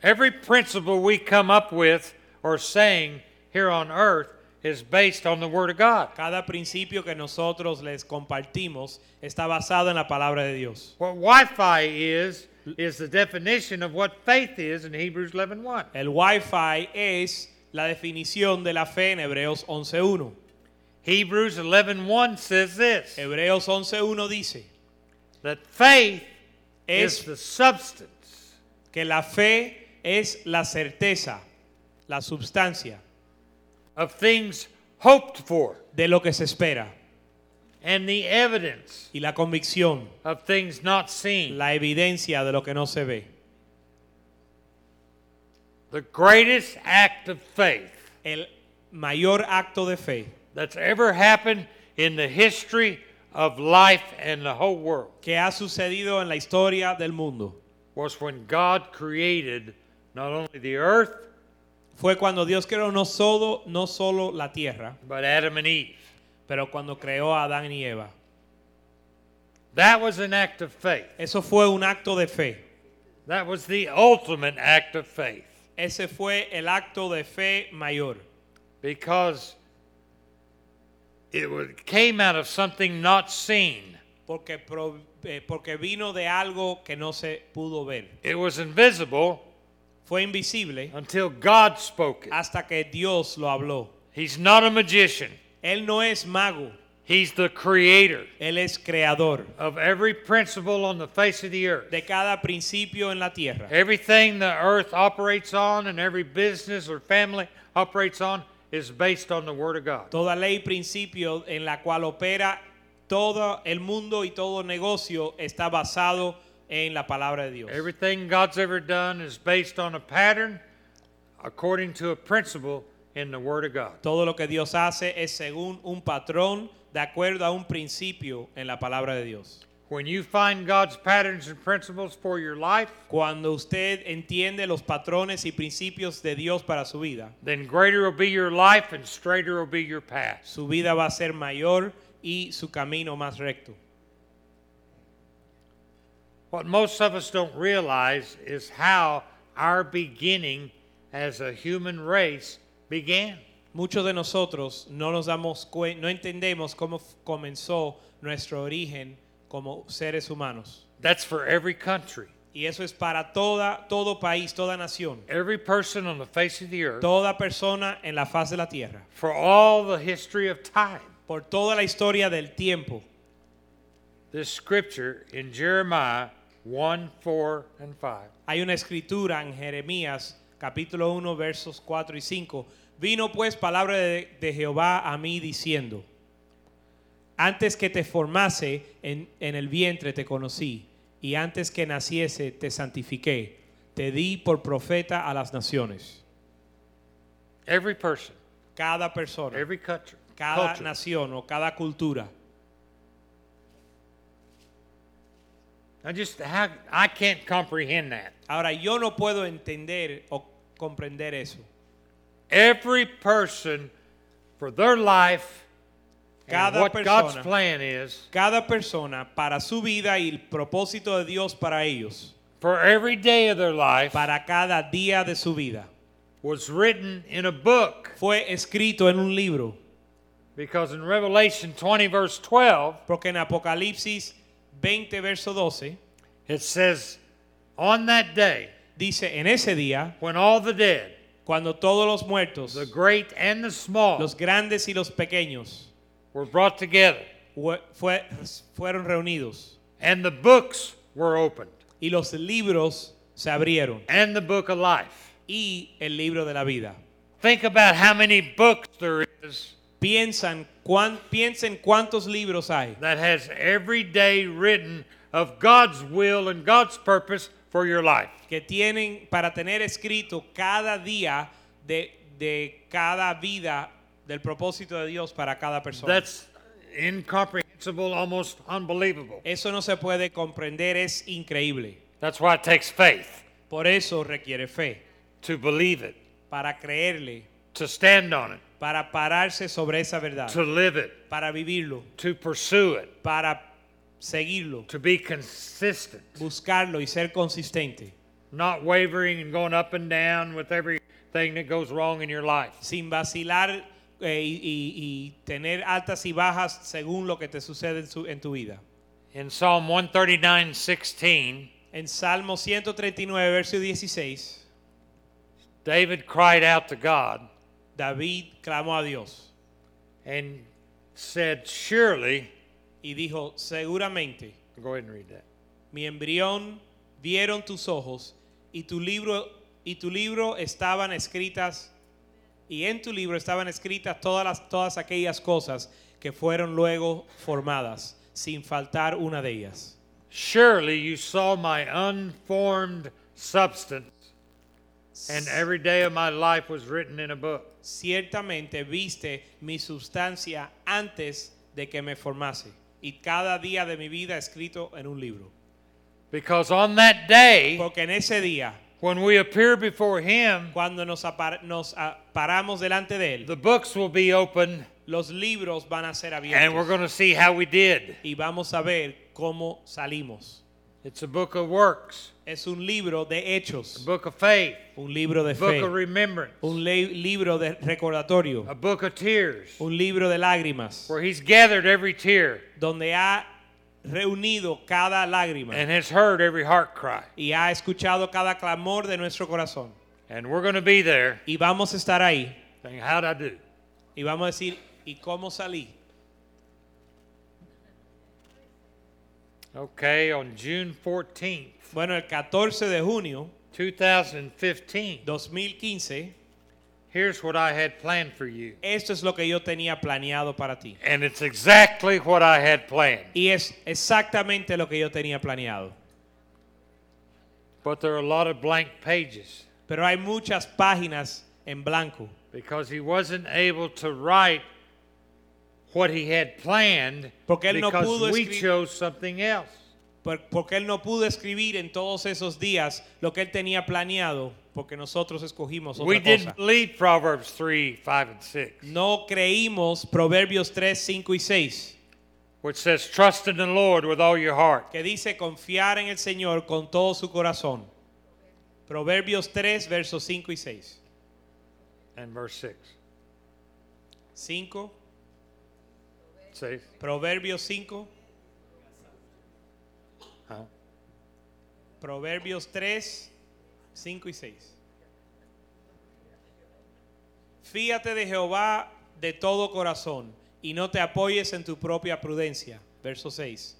Speaker 2: Every principle we come up with or saying here on earth is based on the word of God.
Speaker 3: Cada principio que nosotros les compartimos está basado en la palabra de Dios.
Speaker 2: What Wi-Fi is is the definition of what faith is in Hebrews 11:1.
Speaker 3: El wifi es la definición de la fe en Hebreos 11.1.
Speaker 2: Hebrews 11:1 says this
Speaker 3: Hebreos 11.1 dice
Speaker 2: that faith is
Speaker 3: es
Speaker 2: the substance
Speaker 3: que la fe es la certeza, la sustancia
Speaker 2: of things hoped for
Speaker 3: de lo que se espera
Speaker 2: and the evidence
Speaker 3: y la convicción,
Speaker 2: of things not seen.
Speaker 3: la evidencia de lo que no se ve.
Speaker 2: The greatest act of faith
Speaker 3: El mayor acto de fe
Speaker 2: that's ever happened in the history of life and the whole world
Speaker 3: que ha sucedido en la historia del mundo
Speaker 2: was when God created not only the earth,
Speaker 3: fue cuando Dios creó no solo, no solo la tierra,
Speaker 2: but Adam and Eve.
Speaker 3: pero cuando creó a Adán y Eva.
Speaker 2: That was an act of faith.
Speaker 3: Eso fue un acto de fe.
Speaker 2: That was the ultimate act of faith
Speaker 3: Ese fue el acto de fe mayor,
Speaker 2: because it was, came out of something not seen.
Speaker 3: porque, pro- eh, porque vino de algo que no se pudo ver.
Speaker 2: It was invisible
Speaker 3: Fue invisible
Speaker 2: until God spoke it.
Speaker 3: hasta que Dios lo habló.
Speaker 2: He's not a magician,
Speaker 3: Él no es mago,
Speaker 2: He's the creator
Speaker 3: Él es creador
Speaker 2: of every principle on the face of the earth.
Speaker 3: de cada principio en la tierra.
Speaker 2: Everything the earth operates on and every business or family operates on is based on the Word of God.
Speaker 3: Toda ley y principio en la cual opera todo el mundo y todo negocio está basado en la palabra de Dios.
Speaker 2: Everything God's ever done is based on a pattern according to a principle in the Word of God.
Speaker 3: Todo lo que Dios hace es según un patrón de acuerdo a un principio en la palabra de Dios.
Speaker 2: When you find God's patterns and principles for your life,
Speaker 3: Cuando usted entiende los patrones y principios de Dios para su vida,
Speaker 2: then greater will be your life and straighter will be your path.
Speaker 3: su vida va a ser mayor y su camino más recto.
Speaker 2: What most of us don't realize is how our beginning as a human race began.
Speaker 3: Muchos de nosotros no nos damos cuen- no entendemos cómo f- comenzó nuestro origen como seres humanos.
Speaker 2: That's for every country,
Speaker 3: Y eso es para toda, todo país, toda nación,
Speaker 2: every person on the face of the earth,
Speaker 3: toda persona en la faz de la tierra,
Speaker 2: for all the history of time.
Speaker 3: por toda la historia del tiempo.
Speaker 2: This scripture in Jeremiah 1 4 and 5.
Speaker 3: Hay una escritura en Jeremías capítulo 1 versos 4 y 5. Vino pues palabra de, de Jehová a mí diciendo, antes que te formase en, en el vientre te conocí, y antes que naciese te santifiqué, te di por profeta a las naciones.
Speaker 2: Every person,
Speaker 3: Cada persona,
Speaker 2: every country,
Speaker 3: cada
Speaker 2: culture,
Speaker 3: nación o cada cultura.
Speaker 2: I just how I can't comprehend that.
Speaker 3: Ahora yo no puedo entender o comprender eso.
Speaker 2: Every person for their life and
Speaker 3: Cada
Speaker 2: what God's
Speaker 3: persona.
Speaker 2: plan is
Speaker 3: Cada persona para su vida y el propósito de Dios para ellos.
Speaker 2: for every day of their life
Speaker 3: para cada día de su vida.
Speaker 2: was written in a book
Speaker 3: Fue escrito en un libro,
Speaker 2: because in Revelation 20 verse 12
Speaker 3: porque en Apocalipsis 20, verso 12,
Speaker 2: it says on that day
Speaker 3: dice, en ese día,
Speaker 2: when all the dead
Speaker 3: cuando todos los muertos,
Speaker 2: the great and the small
Speaker 3: los grandes y los pequeños,
Speaker 2: were brought together
Speaker 3: fue- fue- fueron reunidos
Speaker 2: and the books were opened
Speaker 3: y los libros se abrieron
Speaker 2: and the book of life.
Speaker 3: y el libro de la vida.
Speaker 2: Think about how many books there is
Speaker 3: Piensan cuán- piensen cuántos libros hay
Speaker 2: that has every day written of God's will and God's purpose for your life.
Speaker 3: que tienen para tener escrito cada día de, de cada vida del propósito de Dios para cada persona.
Speaker 2: That's incomprehensible, almost unbelievable.
Speaker 3: Eso no se puede comprender, es increíble.
Speaker 2: That's why it takes faith
Speaker 3: Por eso requiere fe,
Speaker 2: to believe it,
Speaker 3: para creerle,
Speaker 2: to stand on it,
Speaker 3: para pararse sobre esa verdad,
Speaker 2: to live it,
Speaker 3: para vivirlo,
Speaker 2: to pursue it,
Speaker 3: para seguirlo,
Speaker 2: to be consistent,
Speaker 3: buscarlo y ser consistente,
Speaker 2: not wavering and going up and down with everything that goes wrong in your life.
Speaker 3: sin vacilar eh, y, y- y tener altas y bajas según lo que te sucede en, su- en tu vida.
Speaker 2: In Psalm 139 16,
Speaker 3: En Salmo 139, verso 16,
Speaker 2: David cried out to God
Speaker 3: David clamó a Dios
Speaker 2: and said, Surely,
Speaker 3: y dijo, seguramente
Speaker 2: go ahead and read that.
Speaker 3: mi embrión vieron tus ojos y tu libro y tu libro estaban escritas y en tu libro estaban escritas todas las todas aquellas cosas que fueron luego formadas sin faltar una de ellas
Speaker 2: Surely you saw my unformed substance, and every day of my life was written in a book.
Speaker 3: ciertamente viste mi sustancia antes de que me formase y cada día de mi vida escrito en un libro
Speaker 2: Because on that day,
Speaker 3: porque en ese día
Speaker 2: when we appear before Him,
Speaker 3: cuando nos, apar- nos ah, paramos delante de él
Speaker 2: the books will be open,
Speaker 3: los libros van a ser
Speaker 2: and we're
Speaker 3: abiertos
Speaker 2: going to see how we did.
Speaker 3: y vamos a ver cómo salimos.
Speaker 2: It's a book of works,
Speaker 3: Es un libro de
Speaker 2: a
Speaker 3: hechos,
Speaker 2: book of faith,
Speaker 3: un libro de
Speaker 2: a book
Speaker 3: fe,
Speaker 2: of remembrance,
Speaker 3: un le- libro de recordatorio,
Speaker 2: a book of tears,
Speaker 3: un libro de lágrimas,
Speaker 2: where He's gathered every tear
Speaker 3: donde ha reunido cada lágrima
Speaker 2: and has heard every heart cry.
Speaker 3: y ha escuchado cada clamor de nuestro corazón.
Speaker 2: And we're going to be there
Speaker 3: Y vamos a estar ahí
Speaker 2: saying, How'd I do?
Speaker 3: y vamos a decir, ¿y cómo salí?
Speaker 2: Okay, on June 14th,
Speaker 3: Bueno, el 14 de junio
Speaker 2: 2015.
Speaker 3: 2015,
Speaker 2: Here's what I had planned for you.
Speaker 3: esto es lo que yo tenía planeado para ti.
Speaker 2: And it's exactly what I had planned.
Speaker 3: Y es exactamente lo que yo tenía planeado.
Speaker 2: But there are a lot of blank pages
Speaker 3: Pero hay muchas páginas en blanco
Speaker 2: because he wasn't able to write what he had planned
Speaker 3: Porque él no
Speaker 2: because
Speaker 3: pudo
Speaker 2: we
Speaker 3: escri-
Speaker 2: chose something else.
Speaker 3: Por- porque él no pudo escribir en todos esos días lo que él tenía planeado, porque nosotros escogimos
Speaker 2: We
Speaker 3: otra
Speaker 2: didn't
Speaker 3: cosa.
Speaker 2: believe Proverbs 3, 5, and 6,
Speaker 3: No creímos Proverbios 3, 5 y 6,
Speaker 2: which says, Trust in the Lord with all your heart.
Speaker 3: que dice confiar en el Señor con todo su corazón. Proverbios 3, versos 5 y 6.
Speaker 2: And verse 6
Speaker 3: 5,
Speaker 2: says,
Speaker 3: Proverbios 5,
Speaker 2: huh?
Speaker 3: Proverbios 3, 5 y 6. Fíate de Jehová de todo corazón y no te apoyes en tu propia prudencia. Verso 6.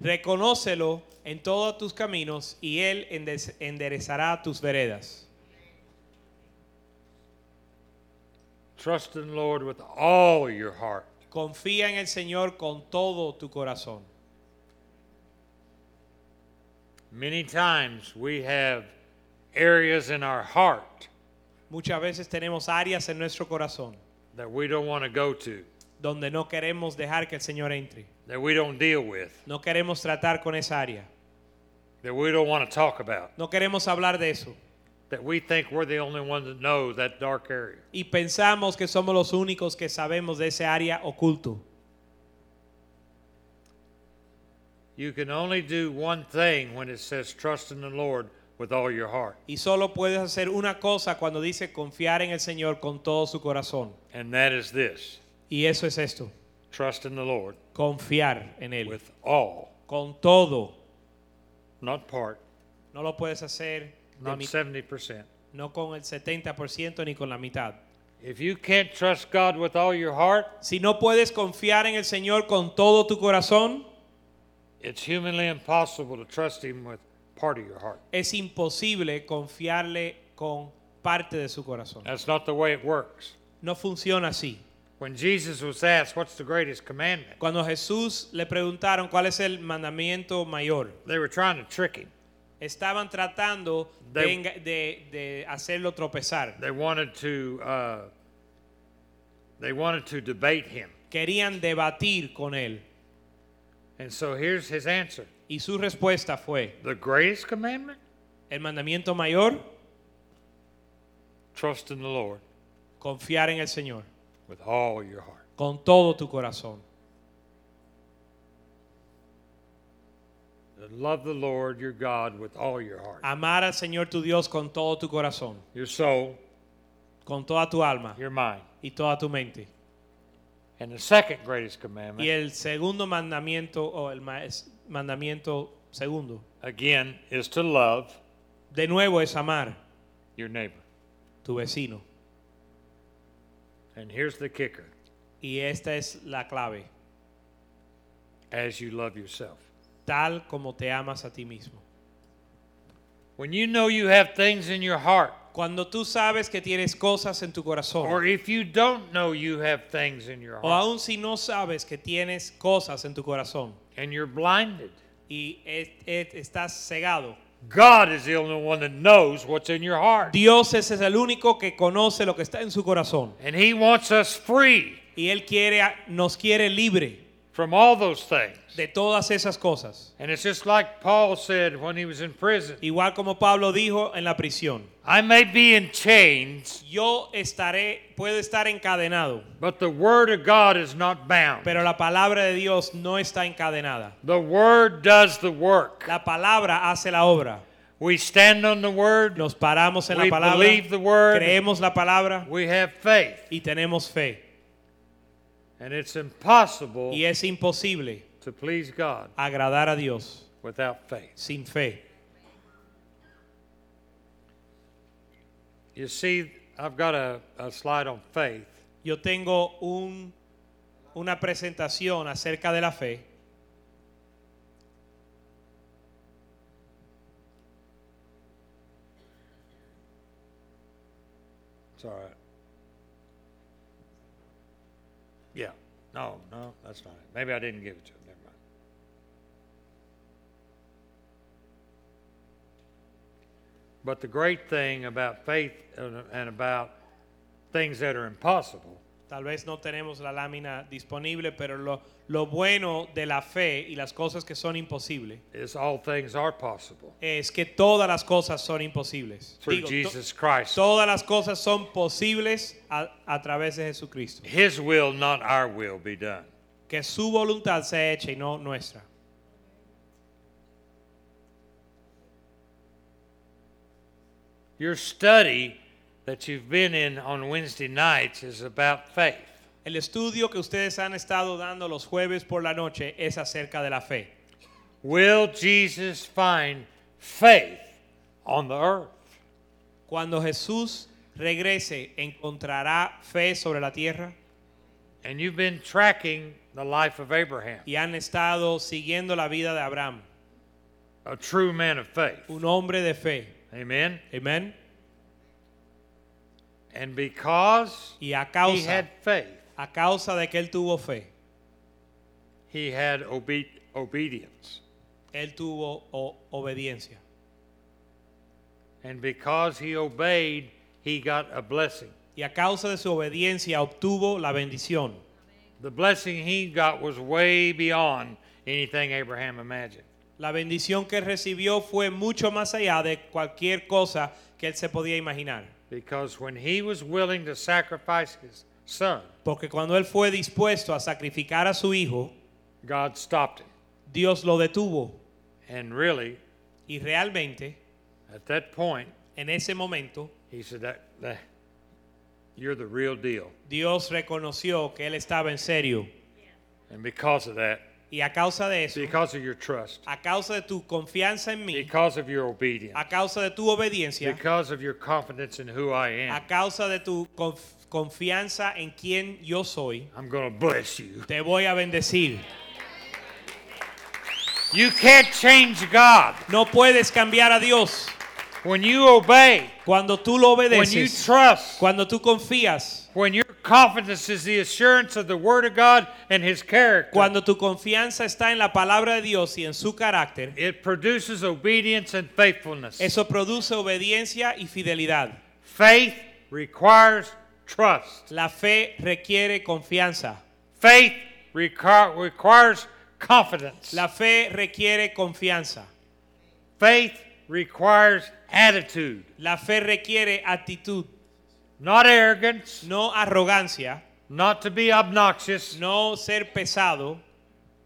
Speaker 3: Reconócelo en todos tus caminos y él endes- enderezará tus veredas.
Speaker 2: Trust in the Lord with all your heart.
Speaker 3: Confía en el Señor con todo tu corazón.
Speaker 2: Many times we have areas in our heart
Speaker 3: Muchas veces tenemos áreas en nuestro corazón
Speaker 2: that we don't want to go to,
Speaker 3: donde no queremos dejar que el Señor entre.
Speaker 2: that we don't deal with,
Speaker 3: No queremos tratar con esa área.
Speaker 2: that we don't want to talk about,
Speaker 3: No queremos hablar de eso.
Speaker 2: that we think we're the only ones that know that dark area.
Speaker 3: y pensamos que somos los únicos que sabemos de ese área oculto.
Speaker 2: You can only do one thing when it says trust in the Lord with all your heart,
Speaker 3: Y solo puedes hacer una cosa cuando dice confiar en el Señor con todo su corazón.
Speaker 2: and that is this
Speaker 3: Y eso es esto,
Speaker 2: trust in the Lord
Speaker 3: confiar en Él.
Speaker 2: with all,
Speaker 3: Con todo.
Speaker 2: not part,
Speaker 3: No lo puedes hacer de
Speaker 2: not
Speaker 3: mi-
Speaker 2: 70%.
Speaker 3: no con el 70% ni con la mitad.
Speaker 2: If you can't trust God with all your heart,
Speaker 3: Si no puedes confiar en el Señor con todo tu corazón,
Speaker 2: it's humanly impossible to trust Him with part of your heart.
Speaker 3: es imposible confiarle con parte de su corazón.
Speaker 2: That's not the way it works.
Speaker 3: No funciona así.
Speaker 2: When Jesus was asked, What's the greatest commandment?
Speaker 3: Cuando Jesús le preguntaron cuál es el mandamiento mayor,
Speaker 2: They were trying to trick him.
Speaker 3: estaban tratando de,
Speaker 2: They-
Speaker 3: enga- de- de hacerlo tropezar.
Speaker 2: They wanted to, uh, they wanted to debate him.
Speaker 3: Querían debatir con él.
Speaker 2: And so here's his answer
Speaker 3: Y su respuesta fue,
Speaker 2: The greatest commandment?
Speaker 3: el mandamiento mayor,
Speaker 2: Trust in the Lord
Speaker 3: confiar en el Señor
Speaker 2: with all your heart.
Speaker 3: con todo tu corazón.
Speaker 2: Love the Lord your God with all your heart,
Speaker 3: Amar al Señor tu Dios con todo tu corazón,
Speaker 2: your soul,
Speaker 3: con toda tu alma
Speaker 2: your mind.
Speaker 3: y toda tu mente.
Speaker 2: And the second greatest
Speaker 3: Y
Speaker 2: commandment,
Speaker 3: el segundo mandamiento, o el ma- es- mandamiento segundo,
Speaker 2: again, is to love
Speaker 3: de nuevo es amar
Speaker 2: your neighbor.
Speaker 3: tu vecino.
Speaker 2: And here's the kicker
Speaker 3: Y esta es la clave,
Speaker 2: as you love yourself.
Speaker 3: tal como te amas a ti mismo.
Speaker 2: When you know you have things in your heart,
Speaker 3: Cuando tú sabes que tienes cosas en tu corazón,
Speaker 2: Or if you don't know you have things in your
Speaker 3: o
Speaker 2: heart
Speaker 3: aun si no sabes que tienes cosas en tu corazón
Speaker 2: and you're blinded,
Speaker 3: y es- es- estás cegado,
Speaker 2: God is the only one that knows what's in your heart.
Speaker 3: Dios es es el único que conoce lo que está en su corazón
Speaker 2: And He wants us free
Speaker 3: y él quiere a- nos quiere libre
Speaker 2: from all those things.
Speaker 3: de todas esas cosas.
Speaker 2: And it's just like Paul said when he was in prison
Speaker 3: Igual como Pablo dijo en la prisión,
Speaker 2: I may be in chains,
Speaker 3: yo estaré puedo estar encadenado,
Speaker 2: but the Word of God is not bound.
Speaker 3: pero la palabra de Dios no está encadenada.
Speaker 2: The Word does the work.
Speaker 3: La palabra hace la obra.
Speaker 2: We stand on the Word,
Speaker 3: Nos paramos en la
Speaker 2: We
Speaker 3: palabra,
Speaker 2: believe the word.
Speaker 3: creemos la palabra
Speaker 2: we have faith.
Speaker 3: y tenemos fe.
Speaker 2: And it's impossible
Speaker 3: Y es imposible
Speaker 2: to please God
Speaker 3: agradar a Dios
Speaker 2: without faith.
Speaker 3: sin fe.
Speaker 2: You see, I've got a, a slide on faith.
Speaker 3: Yo tengo un, una presentación acerca de la fe.
Speaker 2: It's all right. Yeah. No, no, that's not it. Maybe I didn't give it to him. Never mind. But the great thing about faith and and about things that are impossible
Speaker 3: Tal vez no tenemos la lámina disponible, pero lo, lo bueno de la fe y las cosas que son imposibles
Speaker 2: is all things are possible
Speaker 3: es que todas las cosas son imposibles.
Speaker 2: through
Speaker 3: Digo, to-
Speaker 2: Jesus Christ.
Speaker 3: todas las cosas son posibles a, a través de Jesucristo.
Speaker 2: His will, not our will, be done.
Speaker 3: Que su voluntad sea hecha y no nuestra.
Speaker 2: Your study that you've been in on Wednesday nights is about faith.
Speaker 3: El estudio que ustedes han estado dando los jueves por la noche es acerca de la fe.
Speaker 2: Will Jesus find faith on the earth?
Speaker 3: Cuando Jesús regrese, ¿encontrará fe sobre la tierra?
Speaker 2: And you've been tracking the life of Abraham,
Speaker 3: Y han estado siguiendo la vida de Abraham,
Speaker 2: a true man of faith.
Speaker 3: un hombre de fe.
Speaker 2: Amen.
Speaker 3: Amén.
Speaker 2: And because
Speaker 3: Y a
Speaker 2: he had
Speaker 3: causa,
Speaker 2: faith,
Speaker 3: a causa de que él tuvo fe,
Speaker 2: he had obe- obedience.
Speaker 3: él tuvo o- obediencia.
Speaker 2: And because he obeyed, he got a blessing.
Speaker 3: Y a causa de su obediencia obtuvo la bendición.
Speaker 2: The blessing he got was way beyond anything Abraham imagined.
Speaker 3: La bendición que recibió fue mucho más allá de cualquier cosa que él se podía imaginar.
Speaker 2: Because when he was willing to sacrifice his son,
Speaker 3: Porque cuando él fue dispuesto a sacrificar a su hijo,
Speaker 2: God stopped him.
Speaker 3: Dios lo detuvo.
Speaker 2: And really,
Speaker 3: Y realmente,
Speaker 2: at that point,
Speaker 3: en ese momento,
Speaker 2: he said, that, that, You're the real deal.
Speaker 3: Dios reconoció que él estaba en serio.
Speaker 2: And because of that,
Speaker 3: Y a causa de eso,
Speaker 2: because of your trust,
Speaker 3: a causa de tu confianza en mí,
Speaker 2: because of your obedience,
Speaker 3: a causa de tu obediencia,
Speaker 2: because of your confidence in who I am,
Speaker 3: a causa de tu conf- confianza en quien yo soy,
Speaker 2: I'm going to bless you.
Speaker 3: te voy a bendecir.
Speaker 2: You can't change God.
Speaker 3: No puedes cambiar a Dios.
Speaker 2: When you obey,
Speaker 3: Cuando tú lo
Speaker 2: when you
Speaker 3: obedeces,
Speaker 2: trust,
Speaker 3: cuando tú confías,
Speaker 2: when your confidence is the assurance of the Word of God and His character,
Speaker 3: cuando tu confianza está en la palabra de Dios y en su carácter,
Speaker 2: it produces obedience and faithfulness.
Speaker 3: Eso produce obediencia y fidelidad.
Speaker 2: Faith requires trust.
Speaker 3: La fe requiere confianza.
Speaker 2: Faith requir- requires confidence.
Speaker 3: La fe requiere confianza.
Speaker 2: Faith requires attitude,
Speaker 3: La fe requiere actitud,
Speaker 2: not arrogance,
Speaker 3: no arrogancia,
Speaker 2: not to be obnoxious,
Speaker 3: no ser pesado,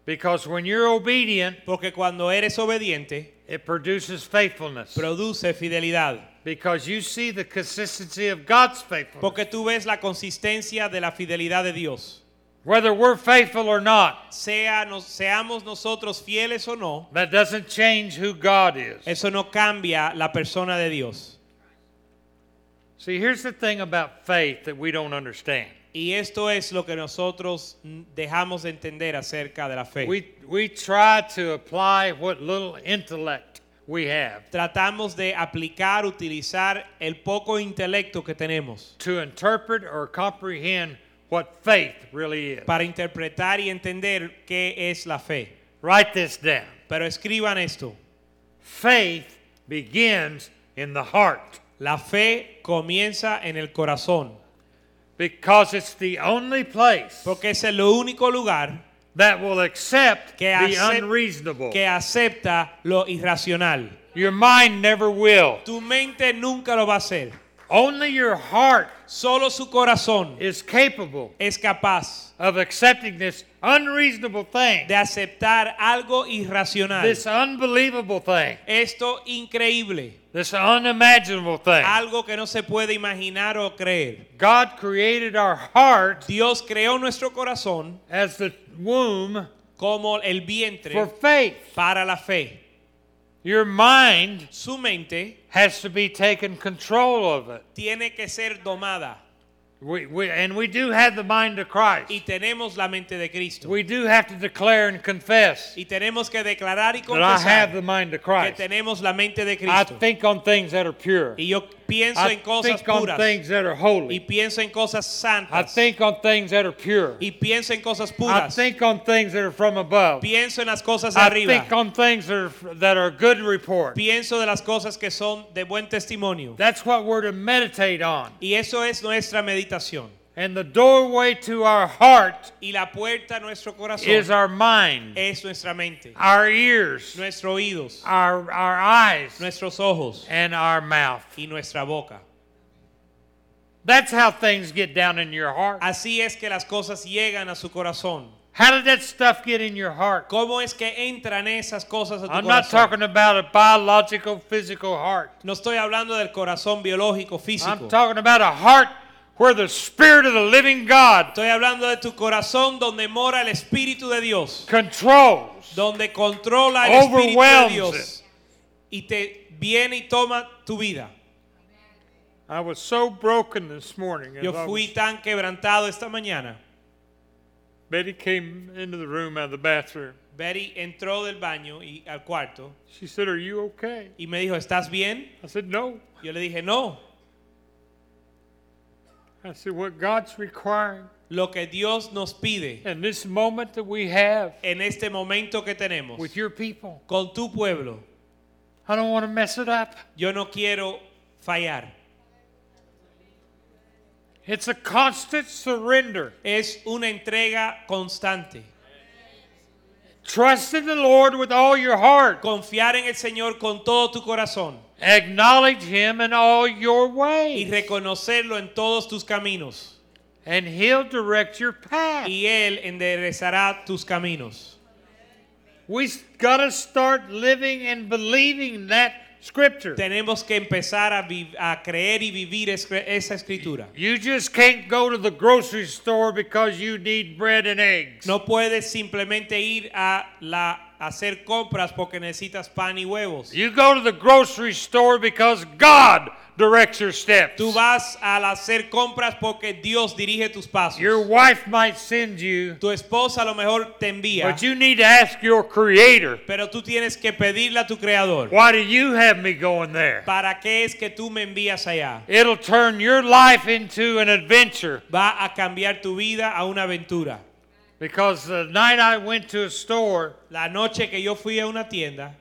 Speaker 2: because when you're obedient,
Speaker 3: porque cuando eres obediente,
Speaker 2: it produces faithfulness.
Speaker 3: produce fidelidad.
Speaker 2: Because you see the consistency of God's faithfulness.
Speaker 3: Porque tú ves la consistencia de la fidelidad de Dios.
Speaker 2: Whether we're faithful or not,
Speaker 3: Sea nos- seamos nosotros fieles o no,
Speaker 2: that doesn't change who God is.
Speaker 3: eso no cambia la persona de Dios.
Speaker 2: See, here's the thing about faith that we don't understand.
Speaker 3: Y esto es lo que nosotros mm, dejamos de entender acerca de la fe.
Speaker 2: We, we try to apply what little intellect we have
Speaker 3: Tratamos de aplicar, utilizar el poco intelecto que tenemos
Speaker 2: to interpret or comprehend what faith really is.
Speaker 3: para interpretar y entender qué es la fe.
Speaker 2: Write this down.
Speaker 3: Pero escriban esto.
Speaker 2: Faith begins in the heart
Speaker 3: La fe comienza en el corazón,
Speaker 2: because it's the only place
Speaker 3: porque es el único lugar
Speaker 2: that will accept
Speaker 3: que,
Speaker 2: the
Speaker 3: acep-
Speaker 2: unreasonable.
Speaker 3: que acepta lo irracional.
Speaker 2: Your mind never will.
Speaker 3: Tu mente nunca lo va a hacer.
Speaker 2: Only your heart
Speaker 3: Solo su corazón
Speaker 2: is capable
Speaker 3: es capaz
Speaker 2: of accepting this unreasonable thing,
Speaker 3: de aceptar algo irracional.
Speaker 2: this unbelievable thing,
Speaker 3: Esto increíble,
Speaker 2: this unimaginable thing.
Speaker 3: algo que no se puede imaginar o creer.
Speaker 2: God created our heart
Speaker 3: Dios creó nuestro corazón
Speaker 2: as the womb
Speaker 3: como el vientre
Speaker 2: for faith.
Speaker 3: para la fe.
Speaker 2: Your mind
Speaker 3: Su mente
Speaker 2: has to be taken control of it.
Speaker 3: tiene que ser domada
Speaker 2: We, we, and we do have the mind of Christ.
Speaker 3: y tenemos la mente de Cristo.
Speaker 2: We do have to declare and confess
Speaker 3: Y tenemos que declarar y
Speaker 2: that I have the
Speaker 3: confesar
Speaker 2: mind of
Speaker 3: que
Speaker 2: Christ.
Speaker 3: tenemos la mente de
Speaker 2: I
Speaker 3: Cristo.
Speaker 2: think on things that are pure.
Speaker 3: Y yo pienso
Speaker 2: I
Speaker 3: en cosas
Speaker 2: think on
Speaker 3: puras
Speaker 2: things that are
Speaker 3: y
Speaker 2: holy.
Speaker 3: pienso en cosas
Speaker 2: I
Speaker 3: santas
Speaker 2: think on things that are pure.
Speaker 3: y pienso en cosas
Speaker 2: I
Speaker 3: puras.
Speaker 2: think on things that are from above.
Speaker 3: Pienso en las cosas
Speaker 2: I
Speaker 3: arriba.
Speaker 2: think on things that are, that are good report.
Speaker 3: Pienso de las cosas que son de buen testimonio.
Speaker 2: That's what we're to meditate on.
Speaker 3: Y eso es nuestra meditación.
Speaker 2: And the doorway to our heart
Speaker 3: Y la puerta a nuestro
Speaker 2: is
Speaker 3: corazón
Speaker 2: our mind,
Speaker 3: es nuestra mente,
Speaker 2: our ears,
Speaker 3: nuestros oídos,
Speaker 2: our, our eyes,
Speaker 3: nuestros ojos
Speaker 2: and our mouth.
Speaker 3: y nuestra boca.
Speaker 2: That's how things get down in your heart.
Speaker 3: Así es que las cosas llegan a su corazón.
Speaker 2: How did that stuff get in your heart?
Speaker 3: ¿Cómo es que entran esas cosas a tu
Speaker 2: I'm not
Speaker 3: corazón?
Speaker 2: talking about a biological, physical heart.
Speaker 3: No estoy hablando del corazón biológico
Speaker 2: I'm
Speaker 3: físico.
Speaker 2: talking about a heart where the Spirit of the living God
Speaker 3: Estoy hablando de tu corazón donde mora el Espíritu de Dios,
Speaker 2: controls.
Speaker 3: donde controla el Espíritu de
Speaker 2: Overwhelms
Speaker 3: Dios
Speaker 2: it.
Speaker 3: y te viene y toma tu vida.
Speaker 2: I was so broken this morning. as
Speaker 3: Yo
Speaker 2: I
Speaker 3: fui
Speaker 2: was-
Speaker 3: tan quebrantado esta mañana.
Speaker 2: Betty came into the room out of the bathroom.
Speaker 3: Betty entró del baño y al cuarto
Speaker 2: She said, Are you okay?
Speaker 3: y me dijo, ¿estás bien?
Speaker 2: I said, No.
Speaker 3: Yo le dije, no.
Speaker 2: I said, What God's requiring
Speaker 3: Lo que Dios nos pide
Speaker 2: in this moment that we have
Speaker 3: en este momento que tenemos
Speaker 2: with your people,
Speaker 3: con tu pueblo,
Speaker 2: I don't want to mess it up.
Speaker 3: yo no quiero fallar.
Speaker 2: It's a constant surrender.
Speaker 3: Es una entrega constante.
Speaker 2: Trust in the Lord with all your heart.
Speaker 3: Confiar en el Señor con todo tu corazón.
Speaker 2: Acknowledge Him in all your
Speaker 3: y
Speaker 2: ways,
Speaker 3: reconocerlo en todos tus caminos.
Speaker 2: and He'll direct your path.
Speaker 3: Y Él enderezará tus caminos.
Speaker 2: We got to start living and believing that scripture.
Speaker 3: Tenemos que empezar a, vi- a creer y vivir escre- esa escritura.
Speaker 2: You just can't go to the grocery store because you need bread and eggs.
Speaker 3: No puedes simplemente ir a, la, a hacer compras porque necesitas pan y huevos.
Speaker 2: You go to the grocery store because God directs your steps.
Speaker 3: Tú vas a hacer compras porque Dios dirige tus pasos.
Speaker 2: Your wife might send you,
Speaker 3: Tu esposa a lo mejor te envía,
Speaker 2: but you need to ask your creator,
Speaker 3: pero tú tienes que pedirle a tu Creador,
Speaker 2: why do you have me going there?
Speaker 3: ¿para qué es que tú me envías allá?
Speaker 2: It'll turn your life into an adventure.
Speaker 3: Va a cambiar tu vida a una aventura.
Speaker 2: Because the night I went to a store
Speaker 3: La noche que yo fui a una tienda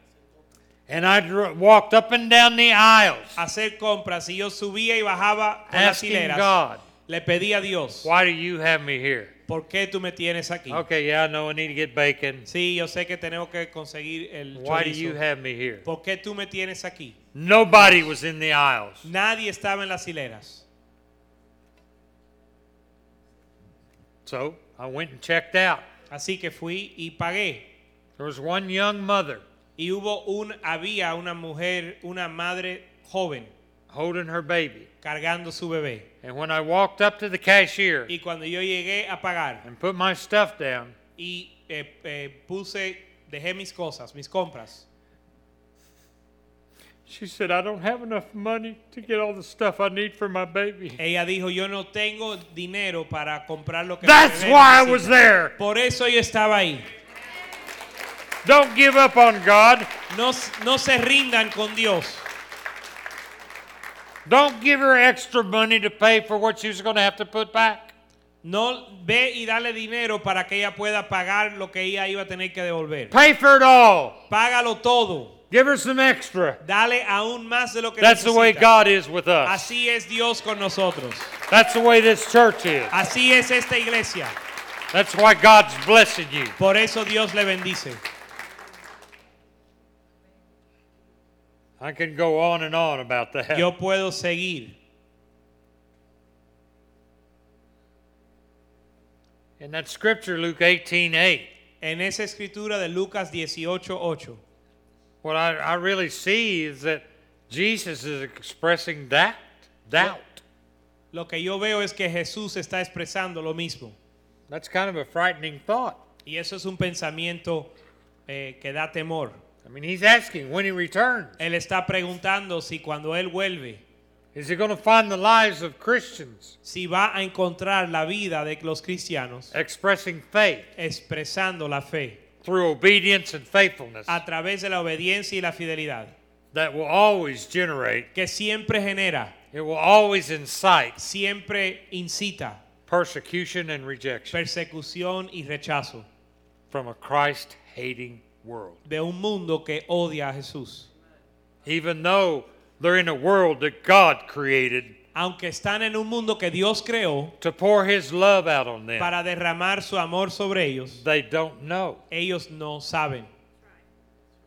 Speaker 2: and I dr- walked up and down the aisles
Speaker 3: a hacer compras y yo subía y bajaba por las
Speaker 2: asking
Speaker 3: hileras,
Speaker 2: God,
Speaker 3: le pedí a Dios,
Speaker 2: why do you have me here?
Speaker 3: ¿por qué tú me tienes aquí?
Speaker 2: Okay, yeah, I know I need to get bacon.
Speaker 3: Sí, yo sé que tenemos que conseguir el
Speaker 2: Why do
Speaker 3: chorizo.
Speaker 2: you have me here?
Speaker 3: ¿Por qué tú me tienes aquí?
Speaker 2: Nobody was in the aisles.
Speaker 3: Nadie estaba en las hileras.
Speaker 2: So I went and checked out.
Speaker 3: Así que fui y pagué.
Speaker 2: There was one young mother
Speaker 3: Y hubo un, había una mujer, una madre joven
Speaker 2: holding her baby.
Speaker 3: cargando su bebé.
Speaker 2: And when I walked up to the cashier
Speaker 3: Y cuando yo llegué a pagar
Speaker 2: and put my stuff down,
Speaker 3: y eh, eh, puse, dejé mis cosas, mis compras.
Speaker 2: she said, I don't have enough money to get all the stuff I need for my baby.
Speaker 3: Ella dijo, yo no tengo dinero para comprar lo que mi
Speaker 2: That's
Speaker 3: bebé
Speaker 2: why I
Speaker 3: necesita".
Speaker 2: was there.
Speaker 3: Por eso yo estaba ahí.
Speaker 2: Don't give up on God.
Speaker 3: No, s- no se rindan con Dios.
Speaker 2: Don't give her extra money to pay for what she was going to have to put back.
Speaker 3: No ve y dale dinero para que ella pueda pagar lo que ella iba a tener que devolver.
Speaker 2: Pay for it all.
Speaker 3: Págalo todo.
Speaker 2: Give her some extra.
Speaker 3: Dale aún más de lo que
Speaker 2: That's the way
Speaker 3: necesita.
Speaker 2: God is with us.
Speaker 3: Así es Dios con nosotros.
Speaker 2: That's the way this church is.
Speaker 3: Así es esta iglesia.
Speaker 2: That's why God's blessing you.
Speaker 3: Por eso Dios le bendice.
Speaker 2: I can go on and on about that.
Speaker 3: Yo puedo seguir.
Speaker 2: In that scripture, Luke 18 8,
Speaker 3: En esa escritura de Lucas 18:8.
Speaker 2: what I, I really see is that Jesus is expressing that doubt.
Speaker 3: Lo que yo veo es que Jesús está expresando lo mismo.
Speaker 2: That's kind of a frightening thought.
Speaker 3: Y eso es un pensamiento eh, que da temor.
Speaker 2: I mean, he's asking when he returns,
Speaker 3: Él está preguntando si cuando Él vuelve,
Speaker 2: is he going to find the lives of Christians
Speaker 3: si va a encontrar la vida de los cristianos
Speaker 2: expressing faith
Speaker 3: expresando la fe
Speaker 2: through obedience and faithfulness
Speaker 3: a través de la obediencia y la fidelidad,
Speaker 2: that will always generate,
Speaker 3: que siempre genera,
Speaker 2: it will always incite
Speaker 3: siempre incita
Speaker 2: persecution and rejection
Speaker 3: persecución y rechazo
Speaker 2: from a Christ hating world.
Speaker 3: de un mundo que odia a Jesús.
Speaker 2: Even though they're in a world that God created
Speaker 3: aunque están en un mundo que Dios creó
Speaker 2: to pour his love out on them.
Speaker 3: para derramar su amor sobre ellos,
Speaker 2: They don't know.
Speaker 3: ellos no saben.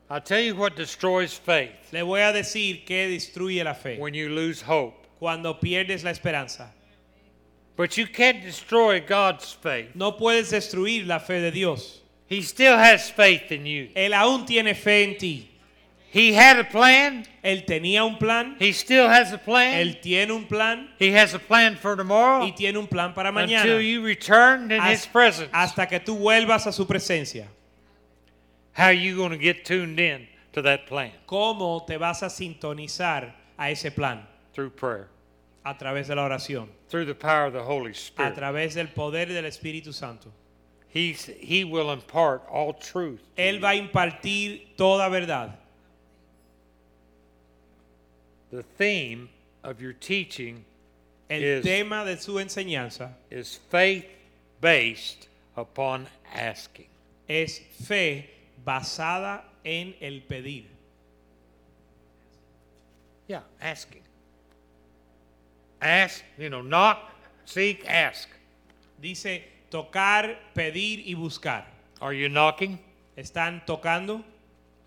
Speaker 2: I tell you what destroys faith
Speaker 3: Le voy a decir que destruye la fe
Speaker 2: when you lose hope.
Speaker 3: cuando pierdes la esperanza.
Speaker 2: But you can't destroy God's faith.
Speaker 3: No puedes destruir la fe de Dios.
Speaker 2: He still has faith in you.
Speaker 3: Él aún tiene fe en ti.
Speaker 2: He had a plan.
Speaker 3: Él tenía un plan,
Speaker 2: He still has a plan.
Speaker 3: él tiene un plan
Speaker 2: He has a plan for tomorrow
Speaker 3: y tiene un plan para mañana.
Speaker 2: Oh. until you return in His
Speaker 3: Has-
Speaker 2: presence.
Speaker 3: Hasta que tú vuelvas a su presencia.
Speaker 2: How are you going to get tuned in to that plan?
Speaker 3: ¿Cómo te vas a sintonizar a ese plan?
Speaker 2: Through prayer,
Speaker 3: A través de la oración,
Speaker 2: through the power of the Holy
Speaker 3: a
Speaker 2: Spirit.
Speaker 3: través del poder del Espíritu Santo.
Speaker 2: He's, he will impart all truth.
Speaker 3: Él va a impartir toda verdad.
Speaker 2: The theme of your teaching
Speaker 3: El
Speaker 2: Yes.
Speaker 3: tema de su enseñanza
Speaker 2: is faith based upon asking.
Speaker 3: es fe basada en el pedir.
Speaker 2: Yeah, asking. Ask, you know, knock, seek, ask.
Speaker 3: Dice tocar, pedir y buscar.
Speaker 2: Are you knocking?
Speaker 3: ¿Están tocando?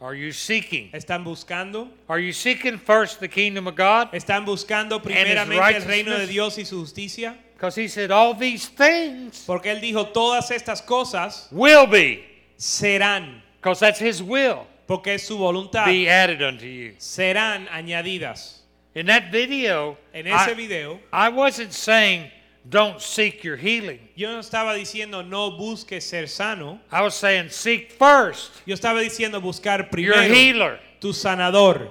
Speaker 2: Are you seeking?
Speaker 3: ¿Están buscando?
Speaker 2: Are you seeking first the kingdom of God?
Speaker 3: ¿Están buscando primeramente el reino de
Speaker 2: righteousness.
Speaker 3: Dios y su justicia?
Speaker 2: Because he said, all these things
Speaker 3: Porque Él dijo, todas estas cosas
Speaker 2: will be,
Speaker 3: serán,
Speaker 2: because that's his will,
Speaker 3: porque es su voluntad,
Speaker 2: be added unto you.
Speaker 3: serán añadidas.
Speaker 2: In that video,
Speaker 3: En ese
Speaker 2: I,
Speaker 3: video,
Speaker 2: I wasn't saying don't seek your healing.
Speaker 3: yo no estaba diciendo no busques ser sano,
Speaker 2: I was saying seek first
Speaker 3: yo estaba diciendo buscar
Speaker 2: your
Speaker 3: primero
Speaker 2: healer.
Speaker 3: tu sanador.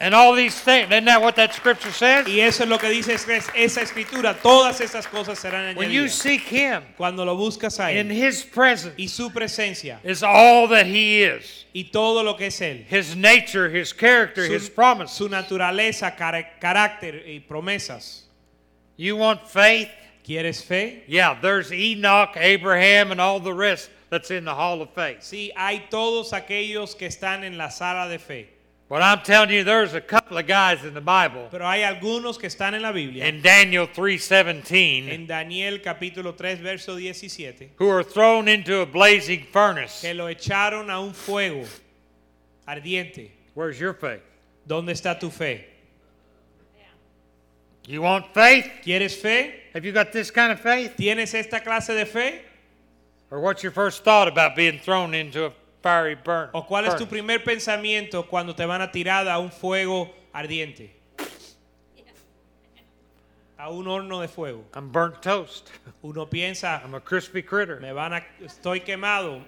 Speaker 2: And all these things. Isn't that what that scripture says?
Speaker 3: Y eso es lo que dice es- es- esa escritura, todas estas cosas serán
Speaker 2: When you
Speaker 3: añadidas.
Speaker 2: seek him
Speaker 3: Cuando lo buscas a
Speaker 2: in
Speaker 3: Él
Speaker 2: his presence,
Speaker 3: y su presencia
Speaker 2: is all that he is.
Speaker 3: y todo lo que es Él.
Speaker 2: His nature, his character, his promise.
Speaker 3: su naturaleza, cara- carácter y promesas.
Speaker 2: You want faith?
Speaker 3: ¿Quieres fe?
Speaker 2: Yeah, there's Enoch, Abraham, and all the rest that's in the hall of faith.
Speaker 3: Sí, hay todos aquellos que están en la sala de fe,
Speaker 2: But I'm telling you, there's a couple of guys in the Bible.
Speaker 3: pero hay algunos que están en la Biblia, en,
Speaker 2: In Daniel 3:17,
Speaker 3: Daniel capítulo 3, verso 17,
Speaker 2: who are thrown into a blazing furnace.
Speaker 3: que lo echaron a un fuego ardiente.
Speaker 2: Where's your faith?
Speaker 3: ¿Dónde está tu fe?
Speaker 2: You want faith?
Speaker 3: ¿Quieres fe?
Speaker 2: Have you got this kind of faith?
Speaker 3: ¿Tienes esta clase de fe?
Speaker 2: Or what's your first thought about being thrown into a fiery burn?
Speaker 3: ¿O cuál es
Speaker 2: furnace?
Speaker 3: tu primer pensamiento cuando te van a tirar a un fuego ardiente? A un horno de fuego.
Speaker 2: I'm burnt toast.
Speaker 3: Uno piensa,
Speaker 2: I'm a crispy critter.
Speaker 3: me van a, estoy quemado,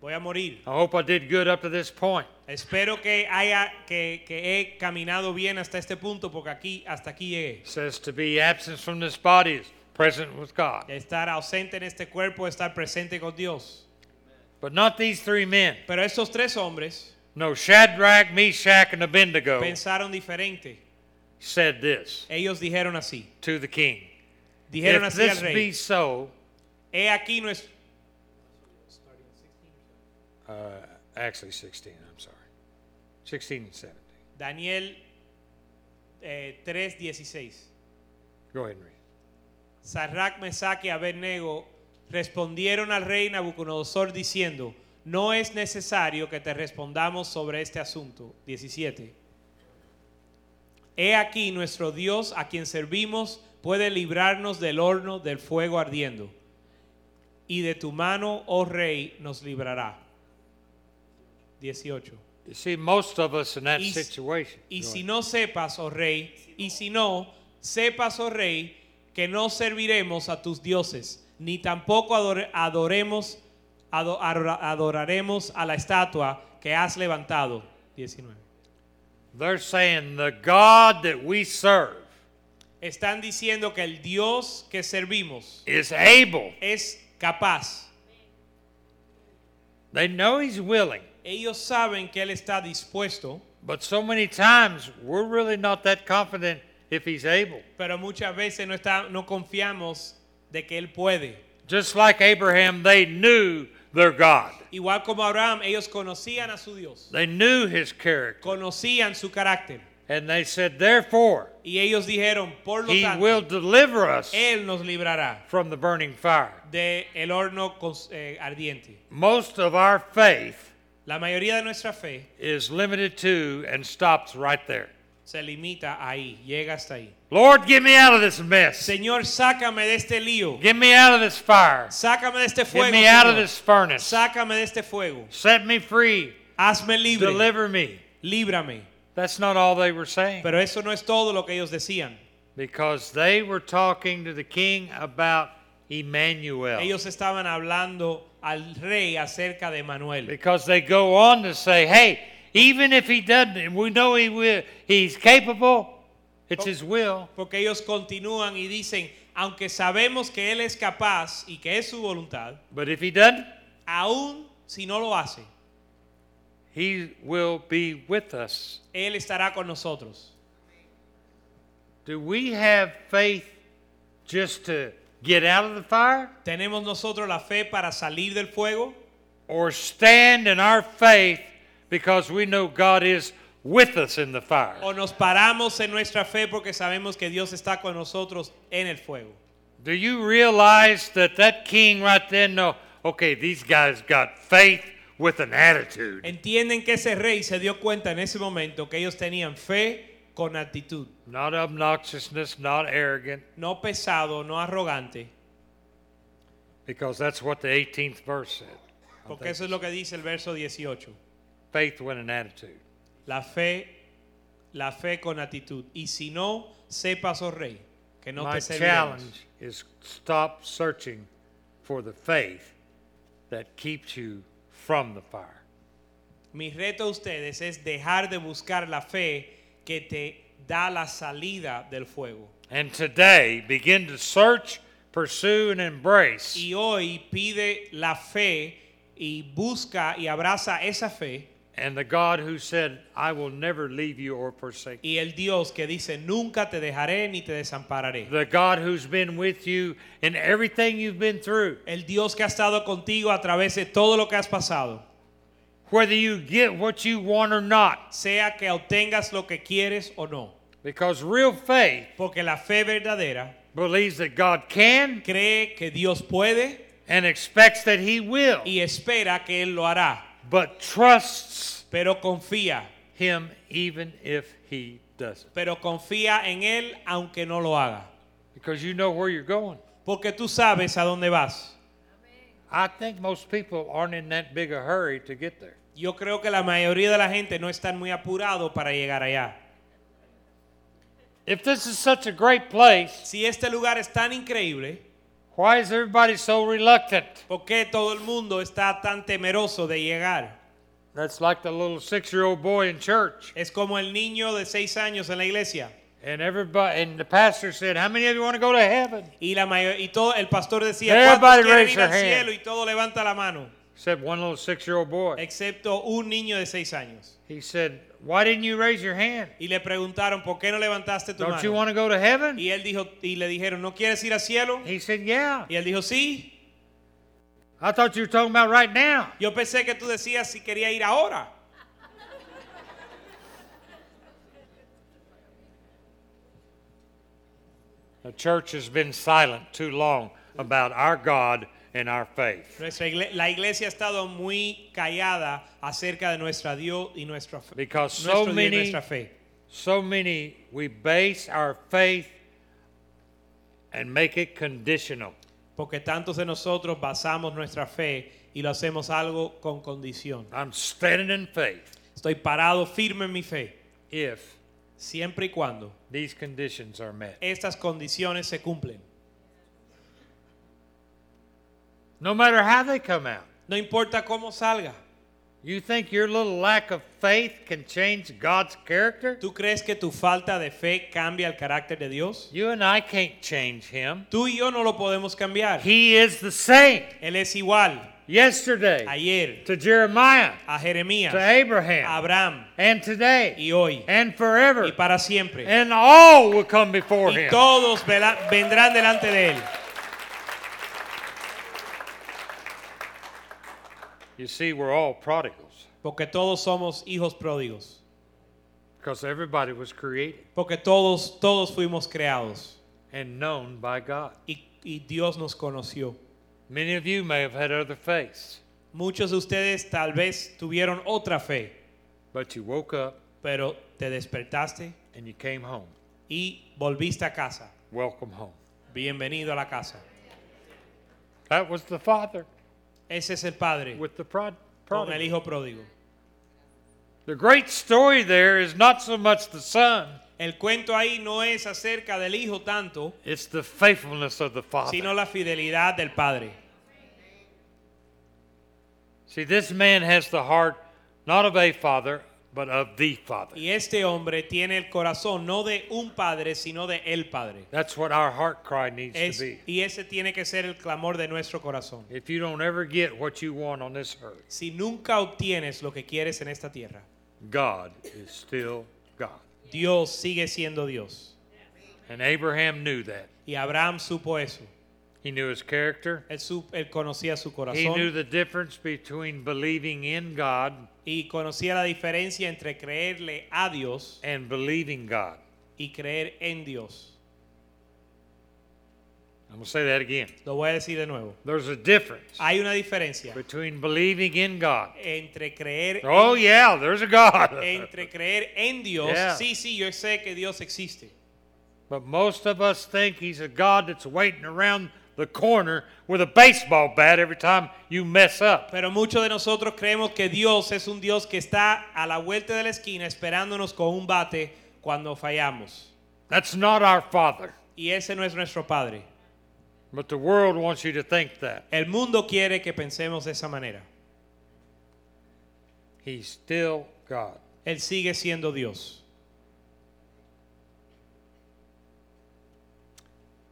Speaker 3: voy a morir.
Speaker 2: I hope I did good up to this point.
Speaker 3: Espero que haya, que, que he caminado bien hasta este punto, porque aquí, hasta aquí llegué.
Speaker 2: It says to be absent from this body is present with God.
Speaker 3: Estar ausente en este cuerpo, estar presente con Dios.
Speaker 2: But not these three men.
Speaker 3: Pero estos tres hombres
Speaker 2: No, Shadrach, Meshach, and Abednego
Speaker 3: pensaron diferente.
Speaker 2: said this
Speaker 3: Ellos dijeron así.
Speaker 2: to the king.
Speaker 3: Dijeron
Speaker 2: If
Speaker 3: así al
Speaker 2: this
Speaker 3: rey.
Speaker 2: be so,
Speaker 3: He aquí no es
Speaker 2: uh, actually 16, I'm sorry. 16 and 17.
Speaker 3: Daniel eh, 3:16.
Speaker 2: Go ahead and read.
Speaker 3: Sarrac, Mesac y Abednego respondieron al rey Nabucodonosor diciendo, no es necesario que te respondamos sobre este asunto. 17. He aquí nuestro Dios a quien servimos puede librarnos del horno del fuego ardiendo. Y de tu mano, oh rey, nos librará. 18.
Speaker 2: You see, most of us in that
Speaker 3: Y-
Speaker 2: situation.
Speaker 3: Y
Speaker 2: Go
Speaker 3: si
Speaker 2: ahead.
Speaker 3: no sepas, oh rey, y si no, sepas, oh rey, que no serviremos a tus dioses, ni tampoco ador- adoremos, ado- adora- adoraremos a la estatua que has levantado. 19.
Speaker 2: They're saying the God that we serve
Speaker 3: Están diciendo que el Dios que servimos
Speaker 2: is able.
Speaker 3: es capaz.
Speaker 2: They know He's willing.
Speaker 3: Ellos saben que Él está dispuesto,
Speaker 2: But so many times we're really not that confident if He's able.
Speaker 3: pero muchas veces no, está- no confiamos de que Él puede.
Speaker 2: Just like Abraham, they knew their God.
Speaker 3: Igual como Abraham, ellos conocían a su Dios,
Speaker 2: They knew his character.
Speaker 3: conocían su carácter.
Speaker 2: And they said, Therefore,
Speaker 3: Y ellos dijeron, por lo
Speaker 2: he
Speaker 3: tanto,
Speaker 2: will deliver us
Speaker 3: Él nos librará
Speaker 2: from the burning fire.
Speaker 3: del horno cons- eh, ardiente.
Speaker 2: Most of our faith
Speaker 3: La mayoría de nuestra fe
Speaker 2: is limited to and stops right there.
Speaker 3: se limita ahí, llega hasta ahí.
Speaker 2: Lord, get me out of this mess.
Speaker 3: Señor, sácame de este lío.
Speaker 2: Get me out of this fire.
Speaker 3: Sácame de este fuego.
Speaker 2: Get me out of
Speaker 3: Señor.
Speaker 2: this furnace.
Speaker 3: Sácame de este fuego.
Speaker 2: Set me free.
Speaker 3: Hazme libre.
Speaker 2: Deliver me.
Speaker 3: Líbrame.
Speaker 2: That's not all they were saying.
Speaker 3: Pero eso no es todo lo que ellos decían.
Speaker 2: Because they were talking to the king about Emmanuel.
Speaker 3: Ellos estaban hablando al rey acerca de Manuel.
Speaker 2: Because they go on to say, hey, even if he doesn't, we know he will, he's capable, it's his will.
Speaker 3: Porque ellos continúan y dicen, aunque sabemos que él es capaz y que es su voluntad,
Speaker 2: But if he doesn't,
Speaker 3: aún si no lo hace,
Speaker 2: he will be with us.
Speaker 3: él estará con nosotros.
Speaker 2: Do we have faith just to get out of the fire?
Speaker 3: ¿Tenemos nosotros la fe para salir del fuego?
Speaker 2: Or stand in our faith because we know God is with us in the fire?
Speaker 3: ¿O nos paramos en nuestra fe porque sabemos que Dios está con nosotros en el fuego?
Speaker 2: Do you realize that that king right then know, okay, these guys got faith with an attitude.
Speaker 3: Entienden que ese rey se dio cuenta en ese momento que ellos tenían fe con actitud,
Speaker 2: Not obnoxiousness, not arrogant,
Speaker 3: no pesado, no arrogante,
Speaker 2: because that's what the 18th verse said. I
Speaker 3: porque
Speaker 2: think.
Speaker 3: eso es lo que dice el verso 18.
Speaker 2: Faith with an attitude.
Speaker 3: La fe, la fe con actitud. Y si no, sepas, oh rey, que no
Speaker 2: My
Speaker 3: te serviremos.
Speaker 2: challenge is stop searching for the faith that keeps you from the fire.
Speaker 3: Mi reto a ustedes es dejar de buscar la fe que te da la salida del fuego.
Speaker 2: And today, begin to search, pursue, and embrace
Speaker 3: Y hoy pide la fe y busca y abraza esa fe
Speaker 2: and the God who said, I will never leave you or forsake you.
Speaker 3: y el Dios que dice, nunca te dejaré ni te desampararé.
Speaker 2: The God who's been with you in everything you've been through.
Speaker 3: El Dios que ha estado contigo a través de todo lo que has pasado.
Speaker 2: Whether you get what you want or not.
Speaker 3: Sea que obtengas lo que quieres o no.
Speaker 2: Because real faith
Speaker 3: Porque la fe verdadera
Speaker 2: believes that God can
Speaker 3: cree que Dios puede
Speaker 2: and expects that He will,
Speaker 3: y espera que Él lo hará.
Speaker 2: but trusts
Speaker 3: Pero confía,
Speaker 2: Him even if He doesn't.
Speaker 3: pero confía en Él aunque no lo haga.
Speaker 2: Because you know where you're going.
Speaker 3: Porque tú sabes a dónde vas.
Speaker 2: I think most people aren't in that big a hurry to get there.
Speaker 3: Yo creo que la mayoría de la gente no están muy apurado para llegar allá.
Speaker 2: If this is such a great place,
Speaker 3: Si este lugar es tan increíble,
Speaker 2: why is everybody so reluctant?
Speaker 3: ¿por qué todo el mundo está tan temeroso de llegar?
Speaker 2: That's like the little six year old boy in church.
Speaker 3: Es como el niño de seis años en la iglesia.
Speaker 2: And everybody and the pastor said, How many of you want to go to heaven?
Speaker 3: Y, la mayo- y todo, el pastor decía,
Speaker 2: Everybody
Speaker 3: "¿Cuántos quieren
Speaker 2: raise
Speaker 3: ir
Speaker 2: your
Speaker 3: al
Speaker 2: hand."
Speaker 3: cielo? Y todo levanta la mano,
Speaker 2: Except one little six year old boy.
Speaker 3: excepto un niño de seis años.
Speaker 2: He said, Why didn't you raise your hand?
Speaker 3: Y le preguntaron, ¿por qué no levantaste tu
Speaker 2: Don't you
Speaker 3: mano?
Speaker 2: want to go to heaven?
Speaker 3: Y él dijo, y le dijeron, ¿no quieres ir al cielo?
Speaker 2: He said, Yeah.
Speaker 3: Y él dijo, sí.
Speaker 2: I thought you were talking about right now.
Speaker 3: Yo pensé que tú decías si quería ir ahora.
Speaker 2: The church has been silent too long about our God and our faith
Speaker 3: Nuestra igle- la iglesia ha estado muy callada acerca de nuestra Dios y nuestra fe.
Speaker 2: because so
Speaker 3: nuestro Dios y
Speaker 2: many,
Speaker 3: nuestra fe.
Speaker 2: so many, we base our faith and make it conditional.
Speaker 3: Porque tantos de nosotros basamos nuestra fe y lo hacemos algo con condición.
Speaker 2: I'm standing in faith
Speaker 3: Estoy parado firme en mi fe,
Speaker 2: if
Speaker 3: siempre y cuando
Speaker 2: these conditions are met.
Speaker 3: estas condiciones se cumplen.
Speaker 2: No matter how they come out.
Speaker 3: No importa cómo salga.
Speaker 2: You think your little lack of faith can change God's character?
Speaker 3: ¿Tú crees que tu falta de fe cambia el carácter de Dios?
Speaker 2: You and I can't change him.
Speaker 3: Tú y yo no lo podemos cambiar.
Speaker 2: He is the same
Speaker 3: Él es igual
Speaker 2: yesterday
Speaker 3: ayer
Speaker 2: to Jeremiah,
Speaker 3: a
Speaker 2: to
Speaker 3: Jeremías, a
Speaker 2: Abraham,
Speaker 3: Abraham
Speaker 2: and today,
Speaker 3: y hoy
Speaker 2: and
Speaker 3: y
Speaker 2: forever,
Speaker 3: para siempre.
Speaker 2: and all will come before
Speaker 3: y
Speaker 2: him.
Speaker 3: todos vela- vendrán delante de él.
Speaker 2: You see, we're all prodigals
Speaker 3: Porque todos somos hijos pródigos.
Speaker 2: because everybody was created
Speaker 3: porque todos, todos fuimos creados
Speaker 2: and known by God.
Speaker 3: y, y Dios nos conoció.
Speaker 2: Many of you may have had other faiths,
Speaker 3: Muchos de ustedes tal vez tuvieron otra fe,
Speaker 2: but you woke up
Speaker 3: pero te despertaste
Speaker 2: and you came home.
Speaker 3: y volviste a casa.
Speaker 2: Welcome home.
Speaker 3: Bienvenido a la casa.
Speaker 2: That was the father
Speaker 3: Ese es el Padre
Speaker 2: with the prod-
Speaker 3: con el
Speaker 2: prodigal.
Speaker 3: Hijo Pródigo.
Speaker 2: The great story there is not so much the son,
Speaker 3: El cuento ahí no es acerca del Hijo tanto,
Speaker 2: it's the faithfulness of the father.
Speaker 3: sino la fidelidad del Padre.
Speaker 2: See, this man has the heart not of a father, but of the father.
Speaker 3: Y este hombre tiene el corazón no de un Padre, sino de el Padre.
Speaker 2: That's what our heart cry needs
Speaker 3: Es-
Speaker 2: to be.
Speaker 3: y ese tiene que ser el clamor de nuestro corazón.
Speaker 2: If you don't ever get what you want on this earth,
Speaker 3: Si nunca obtienes lo que quieres en esta tierra,
Speaker 2: God is still God.
Speaker 3: Dios sigue siendo Dios.
Speaker 2: And Abraham knew that.
Speaker 3: Y Abraham supo eso.
Speaker 2: He knew his character.
Speaker 3: Él, su- él conocía su
Speaker 2: He knew
Speaker 3: corazón
Speaker 2: the difference between believing in God
Speaker 3: y conocía la diferencia entre creerle a Dios
Speaker 2: and believing God.
Speaker 3: y creer en Dios.
Speaker 2: I'm going to say that again.
Speaker 3: Lo voy a decir de nuevo.
Speaker 2: There's a difference
Speaker 3: Hay una diferencia
Speaker 2: between believing in God.
Speaker 3: entre creer
Speaker 2: Oh, yeah, there's a God.
Speaker 3: entre creer en Dios.
Speaker 2: Yeah.
Speaker 3: Sí, sí, yo sé que Dios existe.
Speaker 2: But most of us think he's a God that's waiting around the corner with a baseball bat every time you mess up.
Speaker 3: Pero muchos de nosotros creemos que Dios es un Dios que está a la vuelta de la esquina esperándonos con un bate cuando fallamos.
Speaker 2: That's not our Father.
Speaker 3: Y ese no es nuestro Padre.
Speaker 2: But the world wants you to think that.
Speaker 3: El mundo quiere que pensemos de esa manera.
Speaker 2: He's still God.
Speaker 3: Él sigue siendo Dios.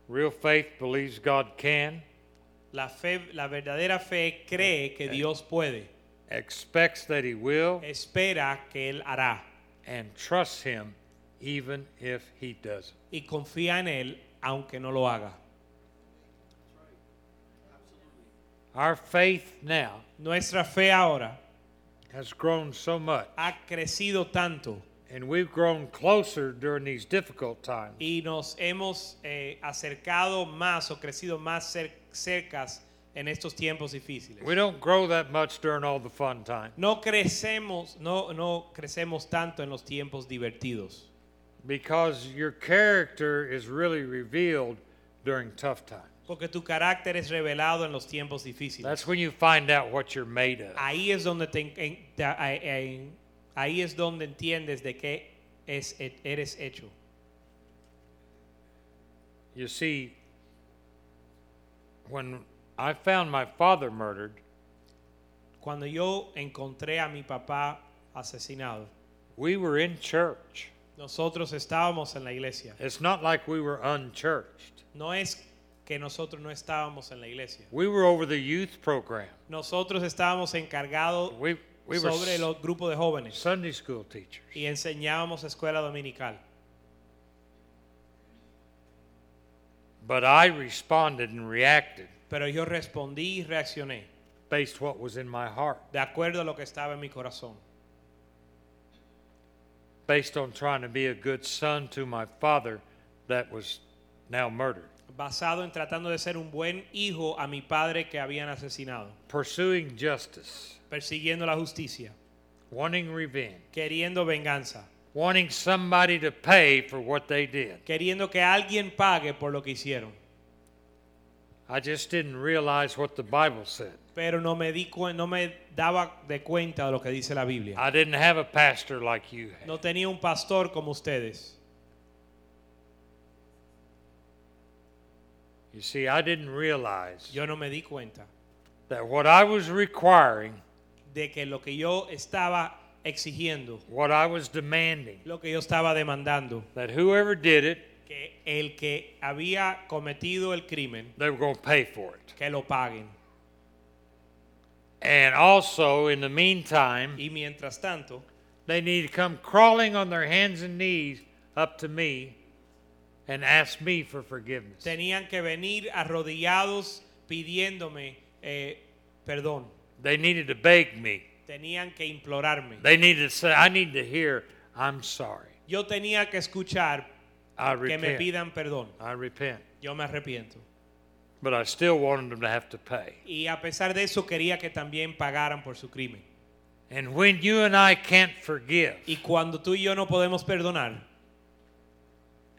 Speaker 2: Real faith believes God can,
Speaker 3: La, fe, la verdadera fe cree que Dios puede,
Speaker 2: expects that he will,
Speaker 3: espera que Él hará
Speaker 2: and trusts him even if he doesn't.
Speaker 3: y confía en Él aunque no lo haga.
Speaker 2: Our faith now
Speaker 3: Nuestra fe ahora
Speaker 2: has grown so much,
Speaker 3: ha crecido tanto
Speaker 2: and we've grown closer during these difficult times.
Speaker 3: y nos hemos eh, acercado más o crecido más cer- cercas en estos tiempos difíciles.
Speaker 2: We don't grow that much during all the fun times.
Speaker 3: No crecemos, no, no crecemos tanto en los tiempos divertidos,
Speaker 2: Because your character is really revealed during tough times.
Speaker 3: porque tu carácter es revelado en los tiempos difíciles.
Speaker 2: That's when you find out what you're made of.
Speaker 3: ahí es donde te en- en- te- ahí- ahí- ahí es donde entiendes de qué es e- eres hecho
Speaker 2: You see, when I found my father murdered,
Speaker 3: cuando yo encontré a mi papá asesinado
Speaker 2: we were in church.
Speaker 3: nosotros estábamos en la iglesia
Speaker 2: It's not like we were unchurched.
Speaker 3: no es que nosotros no estábamos en la iglesia
Speaker 2: We were over the youth program.
Speaker 3: nosotros estábamos encargados
Speaker 2: We, we were
Speaker 3: sobre
Speaker 2: s-
Speaker 3: los grupos de jóvenes
Speaker 2: Sunday school teachers.
Speaker 3: y enseñábamos escuela dominical
Speaker 2: But I responded and reacted
Speaker 3: pero yo respondí y reaccioné
Speaker 2: based what was in my heart,
Speaker 3: de acuerdo a lo que estaba en mi corazón
Speaker 2: based on trying to be a good son to my father that was now murdered.
Speaker 3: basado en tratando de ser un buen hijo a mi padre que habían asesinado,
Speaker 2: pursuing justice,
Speaker 3: persiguiendo la justicia,
Speaker 2: wanting revenge,
Speaker 3: queriendo venganza,
Speaker 2: wanting somebody to pay for what they did.
Speaker 3: queriendo que alguien pague por lo que hicieron.
Speaker 2: I just didn't realize what the Bible said.
Speaker 3: Pero no me, di cuen- no me daba de cuenta de lo que dice la Biblia.
Speaker 2: I didn't have a pastor like you had.
Speaker 3: No tenía un pastor como ustedes.
Speaker 2: You see, I didn't realize
Speaker 3: Yo no me di cuenta
Speaker 2: that what I was requiring,
Speaker 3: de que lo que yo estaba exigiendo,
Speaker 2: what I was demanding,
Speaker 3: lo que yo estaba demandando,
Speaker 2: that whoever did it,
Speaker 3: que el que había cometido el crimen,
Speaker 2: they were going to pay for it.
Speaker 3: que lo paguen.
Speaker 2: And also, in the meantime,
Speaker 3: Y mientras tanto,
Speaker 2: they need to come crawling on their hands and knees up to me and ask me for forgiveness.
Speaker 3: tenían que venir arrodillados pidiéndome eh, perdón.
Speaker 2: They needed to beg me.
Speaker 3: Tenían que implorarme.
Speaker 2: They need to say, I need to hear I'm sorry.
Speaker 3: Yo tenía que escuchar
Speaker 2: I
Speaker 3: que me
Speaker 2: repent.
Speaker 3: pidan perdón.
Speaker 2: I repent.
Speaker 3: Yo me arrepiento.
Speaker 2: But I still wanted them to have to pay.
Speaker 3: Y a pesar de eso quería que también pagaran por su crimen.
Speaker 2: And when you and I can't forgive,
Speaker 3: Y cuando tú y yo no podemos perdonar,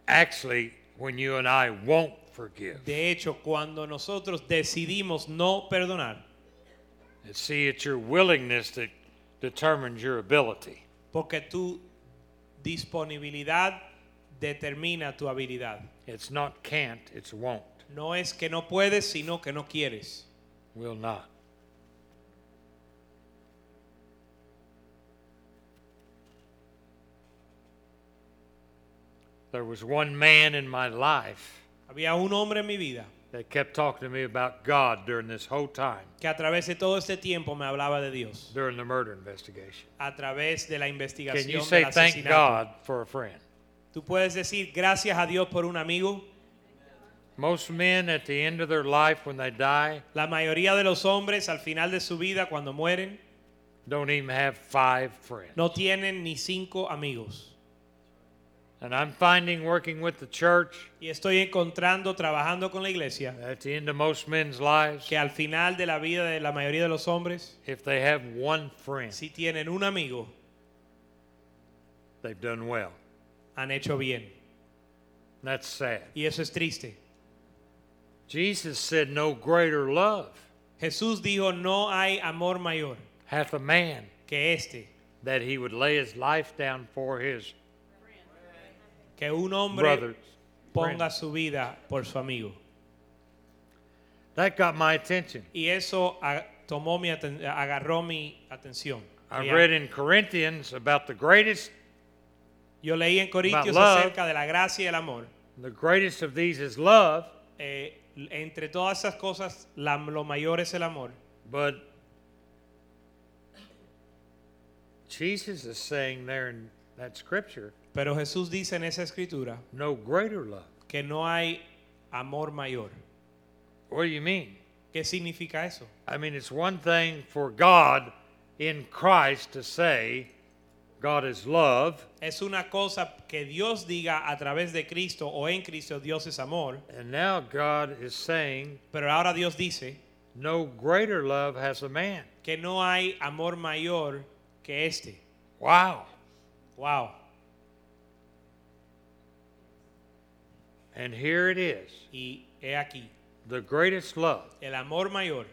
Speaker 2: actually, when you and I won't forgive,
Speaker 3: de hecho, cuando nosotros decidimos no perdonar,
Speaker 2: and see, it's your willingness that determines your ability.
Speaker 3: porque tu disponibilidad determina tu habilidad.
Speaker 2: It's not can't, it's won't.
Speaker 3: No es que no puedes, sino que no quieres.
Speaker 2: Will not. There was one man in my life
Speaker 3: Había un hombre en mi vida
Speaker 2: that kept talking to me about God during this whole time,
Speaker 3: que a través de todo este tiempo me hablaba de Dios,
Speaker 2: during the murder investigation.
Speaker 3: a través de la
Speaker 2: Can you
Speaker 3: investigación del
Speaker 2: say thank
Speaker 3: asesinato.
Speaker 2: God for a friend?
Speaker 3: Tú puedes decir gracias a Dios por un amigo.
Speaker 2: Most men at the end of their life when they die
Speaker 3: La mayoría de los hombres al final de su vida, cuando mueren,
Speaker 2: don't even have five friends.
Speaker 3: no tienen ni cinco amigos.
Speaker 2: And I'm finding working with the church
Speaker 3: Y estoy encontrando, trabajando con la iglesia,
Speaker 2: at the end of most men's lives,
Speaker 3: que al final de la vida de la mayoría de los hombres,
Speaker 2: if they have one friend,
Speaker 3: si tienen un amigo,
Speaker 2: they've done well.
Speaker 3: han hecho bien.
Speaker 2: That's sad.
Speaker 3: Y eso es triste.
Speaker 2: Jesus said, No greater love
Speaker 3: Jesús dijo, no hay amor mayor
Speaker 2: hath a man
Speaker 3: que este,
Speaker 2: that he would lay his life down for his
Speaker 3: que un hombre
Speaker 2: brothers.
Speaker 3: ponga su vida por su amigo.
Speaker 2: That got my attention.
Speaker 3: Y eso a- tomó mi aten- agarró mi atención.
Speaker 2: I
Speaker 3: Mi-
Speaker 2: read in Corinthians about the greatest,
Speaker 3: Yo leí en Corintios
Speaker 2: love.
Speaker 3: acerca de la gracia y el amor.
Speaker 2: the greatest of these is love,
Speaker 3: Eh, entre todas esas cosas, la- lo mayor es el amor.
Speaker 2: but Jesus is saying there in that scripture,
Speaker 3: Pero Jesús dice en esa escritura
Speaker 2: no greater love.
Speaker 3: que no hay amor mayor.
Speaker 2: What do you mean?
Speaker 3: ¿Qué significa eso?
Speaker 2: I mean, it's one thing for God in Christ to say, God is love,
Speaker 3: Es una cosa que Dios diga a través de Cristo o en Cristo Dios es amor,
Speaker 2: and now God is saying,
Speaker 3: pero ahora Dios dice
Speaker 2: No greater love has a man.
Speaker 3: que no hay amor mayor que este.
Speaker 2: Wow.
Speaker 3: Wow.
Speaker 2: And here it is.
Speaker 3: Y he aquí,
Speaker 2: The greatest love
Speaker 3: el amor mayor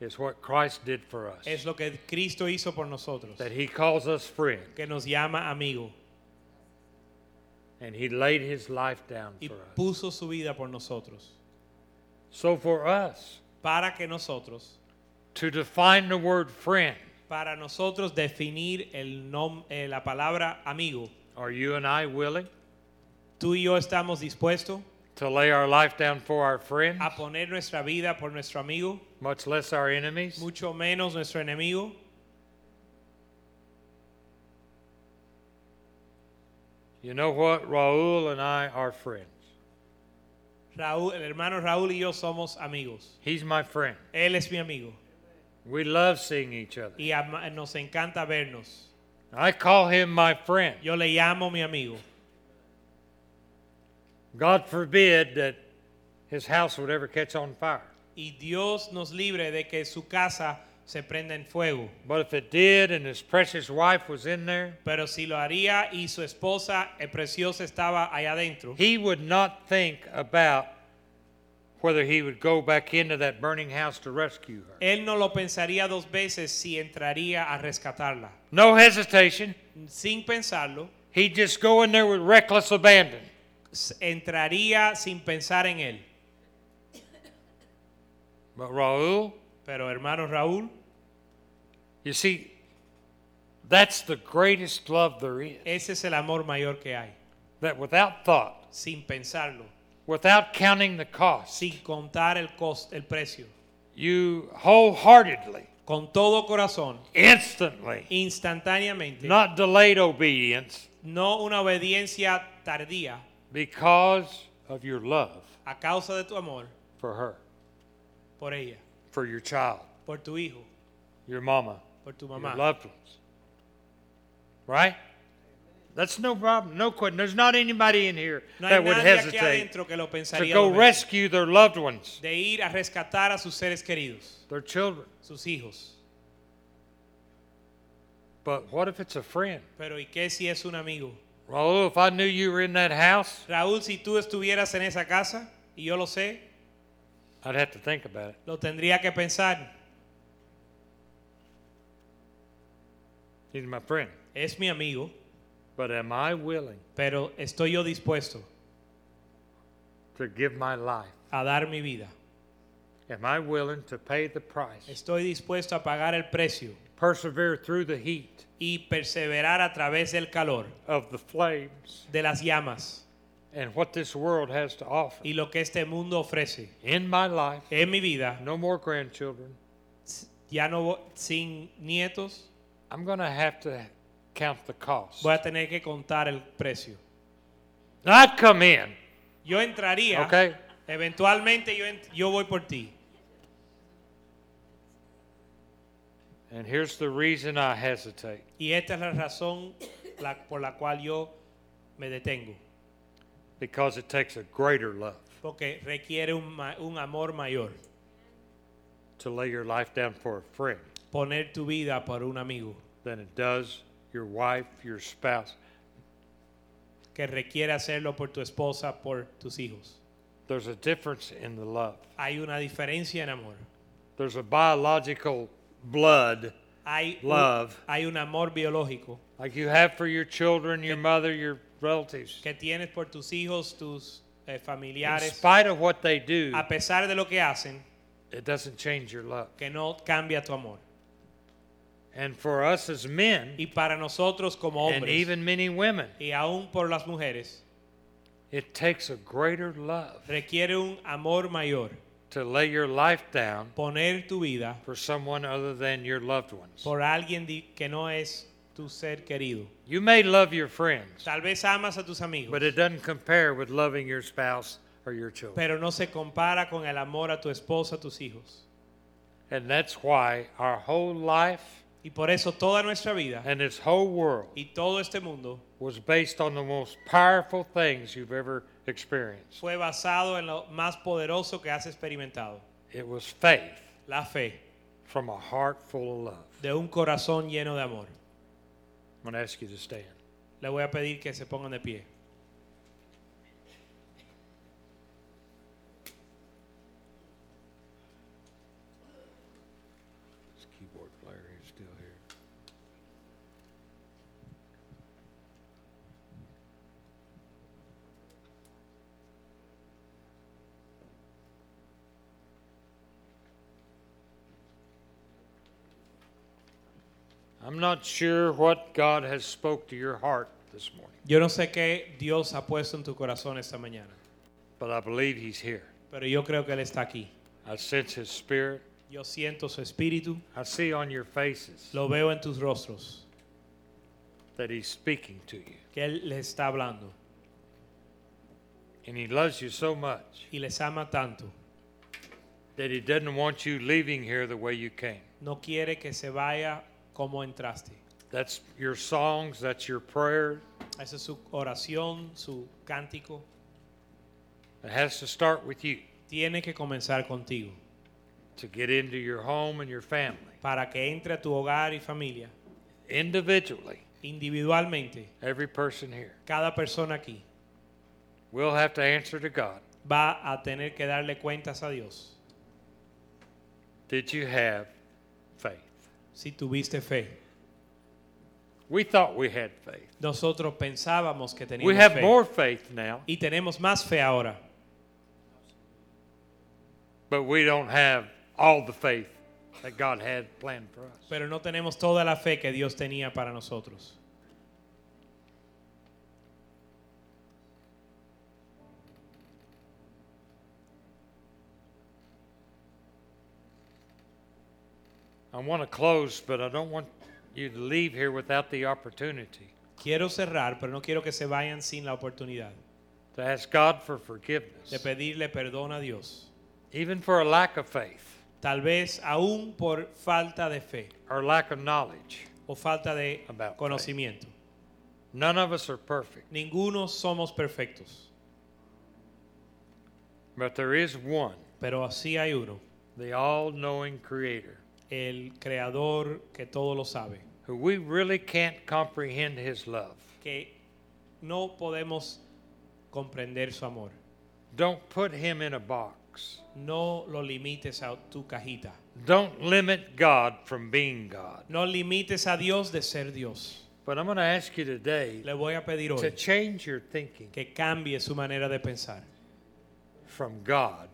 Speaker 2: is what Christ did for us.
Speaker 3: es lo que Cristo hizo por nosotros,
Speaker 2: That he calls us friend
Speaker 3: que nos llama amigo
Speaker 2: and he laid his life down
Speaker 3: y
Speaker 2: for us.
Speaker 3: puso su vida por nosotros,
Speaker 2: So for us
Speaker 3: para que nosotros
Speaker 2: to define the word friend
Speaker 3: Para nosotros definir el nom- eh, la palabra amigo,
Speaker 2: are you and I willing
Speaker 3: tú y yo estamos dispuestos
Speaker 2: to lay our life down for our friend,
Speaker 3: a poner nuestra vida por nuestro amigo,
Speaker 2: much less our enemies?
Speaker 3: mucho menos nuestro enemigo.
Speaker 2: You know what? Raul and I are friends.
Speaker 3: Raúl, el hermano Raúl y yo somos amigos.
Speaker 2: He's my friend.
Speaker 3: Él es mi amigo
Speaker 2: We love seeing each other.
Speaker 3: y ama- nos encanta vernos.
Speaker 2: I call him my friend.
Speaker 3: Yo le llamo mi amigo.
Speaker 2: God forbid that his house would ever catch on fire.
Speaker 3: Y Dios nos libre de que su casa se prenda en fuego.
Speaker 2: But if it did and his precious wife was in there,
Speaker 3: Pero si lo haría y su esposa eh, preciosa estaba allá adentro,
Speaker 2: he would not think about whether he would go back into that burning house to rescue her.
Speaker 3: él no lo pensaría dos veces si entraría a rescatarla.
Speaker 2: No hesitation.
Speaker 3: sin pensarlo,
Speaker 2: He'd just go in there with reckless abandon.
Speaker 3: s- entraría sin pensar en él.
Speaker 2: But Raul,
Speaker 3: Pero hermano Raúl,
Speaker 2: you see, that's the greatest love there is.
Speaker 3: ese es el amor mayor que hay,
Speaker 2: That without thought,
Speaker 3: sin pensarlo,
Speaker 2: without counting the cost,
Speaker 3: sin contar el costo, el precio,
Speaker 2: you wholeheartedly,
Speaker 3: con todo corazón,
Speaker 2: instantly,
Speaker 3: instantáneamente,
Speaker 2: not delayed obedience
Speaker 3: no una obediencia tardía
Speaker 2: because of your love
Speaker 3: a causa de tu amor
Speaker 2: for her,
Speaker 3: por ella,
Speaker 2: for your child,
Speaker 3: por tu hijo,
Speaker 2: your mama,
Speaker 3: por tu
Speaker 2: your
Speaker 3: mamá,
Speaker 2: loved ones. Right? That's no problem. No question. There's not anybody in here
Speaker 3: No hay
Speaker 2: that would
Speaker 3: nadie aquí
Speaker 2: hesitate
Speaker 3: adentro que lo
Speaker 2: to
Speaker 3: pensaría
Speaker 2: go
Speaker 3: dos veces.
Speaker 2: rescue their loved ones,
Speaker 3: de ir a rescatar a sus seres queridos,
Speaker 2: their children.
Speaker 3: sus hijos.
Speaker 2: But what if it's a friend?
Speaker 3: Pero ¿y qué si es un amigo?
Speaker 2: Raul, if I knew you were in that house,
Speaker 3: Raúl, si tú estuvieras en esa casa, y yo lo sé,
Speaker 2: I'd have to think about it.
Speaker 3: lo tendría que pensar.
Speaker 2: He's my friend.
Speaker 3: Es mi amigo,
Speaker 2: But am I willing
Speaker 3: pero estoy yo dispuesto
Speaker 2: to give my life?
Speaker 3: a dar mi vida.
Speaker 2: Am I willing to pay the price?
Speaker 3: Estoy dispuesto a pagar el precio
Speaker 2: Persevere through the heat
Speaker 3: y perseverar a través del calor,
Speaker 2: of the flames
Speaker 3: de las llamas
Speaker 2: and what this world has to offer.
Speaker 3: y lo que este mundo ofrece.
Speaker 2: In my life,
Speaker 3: En mi vida,
Speaker 2: no more grandchildren.
Speaker 3: ya no vo- sin nietos,
Speaker 2: I'm going to have to count the cost.
Speaker 3: voy a tener que contar el precio.
Speaker 2: Now, I'd come in,
Speaker 3: Yo entraría,
Speaker 2: okay?
Speaker 3: eventualmente yo, ent- yo voy por ti.
Speaker 2: And here's the reason I hesitate.
Speaker 3: Y esta es la razón la- por la cual yo me detengo.
Speaker 2: Because it takes a greater love
Speaker 3: Porque requiere un, ma- un amor mayor.
Speaker 2: to lay your life down for a friend
Speaker 3: Poner tu vida por un amigo.
Speaker 2: than it does your wife, your spouse.
Speaker 3: Que requiere hacerlo por tu esposa, por tus hijos.
Speaker 2: There's a difference in the love.
Speaker 3: Hay una diferencia en amor.
Speaker 2: There's a biological blood
Speaker 3: Hay, un-
Speaker 2: Love.
Speaker 3: hay un amor biológico
Speaker 2: like you have for your children, your mother, your relatives.
Speaker 3: que tienes por tus hijos, tus eh,
Speaker 2: In
Speaker 3: familiares.
Speaker 2: spite of what they do,
Speaker 3: A pesar de lo que hacen,
Speaker 2: it doesn't change your love.
Speaker 3: que no cambia tu amor.
Speaker 2: And for us as men,
Speaker 3: Y para nosotros como
Speaker 2: and
Speaker 3: hombres,
Speaker 2: even many women,
Speaker 3: y aún por las mujeres,
Speaker 2: it takes a greater love
Speaker 3: requiere un amor mayor.
Speaker 2: to lay your life down
Speaker 3: poner tu vida
Speaker 2: for someone other than your loved ones.
Speaker 3: por alguien di- que no es tu ser querido.
Speaker 2: You may love your friends,
Speaker 3: Tal vez amas a tus amigos,
Speaker 2: but it doesn't compare with loving your spouse or your children.
Speaker 3: pero no se compara con el amor a tu esposa, a tus hijos.
Speaker 2: And that's why our whole life
Speaker 3: Y por eso toda nuestra vida
Speaker 2: and this whole world
Speaker 3: y todo este mundo
Speaker 2: was based on the most powerful things you've ever experienced.
Speaker 3: fue basado en lo más poderoso que has experimentado,
Speaker 2: It was faith
Speaker 3: la fe
Speaker 2: from a heart full of love.
Speaker 3: de un corazón lleno de amor.
Speaker 2: I'm going to ask you to stand.
Speaker 3: Le voy a pedir que se pongan de pie.
Speaker 2: This keyboard player is still here. I'm not sure what God has spoke to your heart this morning,
Speaker 3: Yo no sé qué Dios ha puesto en tu corazón esta mañana,
Speaker 2: but I believe he's here.
Speaker 3: pero yo creo que Él está aquí.
Speaker 2: I sense his spirit.
Speaker 3: Yo siento su espíritu,
Speaker 2: I see on your faces
Speaker 3: lo veo en tus rostros.
Speaker 2: that he's speaking to you.
Speaker 3: que Él les está hablando
Speaker 2: And he loves you so much
Speaker 3: y les ama tanto.
Speaker 2: that he doesn't want you leaving here the way you came.
Speaker 3: No quiere que se vaya como entraste.
Speaker 2: That's your songs, that's your prayer.
Speaker 3: Esa es su oración, su cántico.
Speaker 2: It has to start with you
Speaker 3: Tiene que comenzar contigo
Speaker 2: to get into your home and your family.
Speaker 3: para que entre a tu hogar y familia,
Speaker 2: Individually,
Speaker 3: individualmente.
Speaker 2: every person here
Speaker 3: Cada persona aquí
Speaker 2: will have to answer to God
Speaker 3: va a tener que darle cuentas a Dios
Speaker 2: Did you have faith?
Speaker 3: si tuviste fe.
Speaker 2: We thought we had faith.
Speaker 3: Nosotros pensábamos que teníamos
Speaker 2: We have
Speaker 3: fe
Speaker 2: more faith now,
Speaker 3: y tenemos más fe ahora,
Speaker 2: but we don't have all the faith that God had planned for us.
Speaker 3: pero no tenemos toda la fe que Dios tenía para nosotros.
Speaker 2: I want to close, but I don't want you to leave here without the opportunity
Speaker 3: Quiero cerrar, pero no quiero que se vayan sin la oportunidad.
Speaker 2: to ask God for
Speaker 3: de
Speaker 2: forgiveness,
Speaker 3: pedirle perdón a Dios.
Speaker 2: even for a lack of faith
Speaker 3: Tal vez aún por falta de fe
Speaker 2: or lack of knowledge.
Speaker 3: o falta de
Speaker 2: About
Speaker 3: conocimiento.
Speaker 2: None of us are perfect,
Speaker 3: Ninguno somos perfectos,
Speaker 2: but there is one,
Speaker 3: pero así hay uno,
Speaker 2: the all knowing Creator,
Speaker 3: el creador que todo lo sabe,
Speaker 2: who we really can't comprehend His love.
Speaker 3: que no podemos comprender su amor.
Speaker 2: Don't put Him in a box.
Speaker 3: No lo limites a tu cajita.
Speaker 2: Don't limit God from being God.
Speaker 3: No limites a Dios de ser Dios.
Speaker 2: But I'm going to ask you today
Speaker 3: Le voy a pedir
Speaker 2: to
Speaker 3: hoy
Speaker 2: change your thinking
Speaker 3: que cambie su manera de pensar.
Speaker 2: from God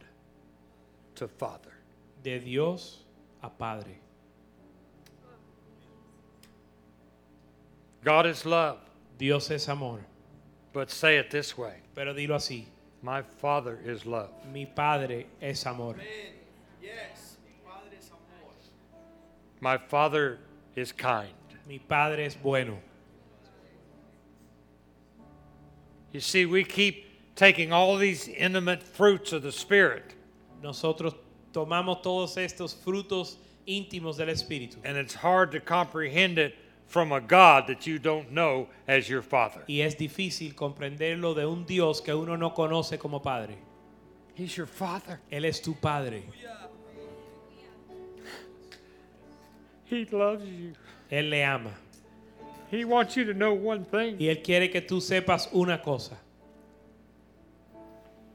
Speaker 2: to Father.
Speaker 3: De Dios a Padre.
Speaker 2: God is love,
Speaker 3: Dios es amor.
Speaker 2: but say it this way
Speaker 3: Pero dilo así.
Speaker 2: My Father is love.
Speaker 3: Mi Padre es amor.
Speaker 2: My Father is kind.
Speaker 3: Mi Padre es bueno.
Speaker 2: You see, we keep taking all these intimate fruits of the Spirit,
Speaker 3: Nosotros tomamos todos estos frutos íntimos del Espíritu.
Speaker 2: and it's hard to comprehend it from a God that you don't know as your Father.
Speaker 3: Y es difícil comprenderlo de un Dios que uno no conoce como Padre.
Speaker 2: He's your Father.
Speaker 3: Él es tu Padre.
Speaker 2: He loves you.
Speaker 3: Él le ama.
Speaker 2: He wants you to know one thing
Speaker 3: Y Él quiere que tú sepas una cosa.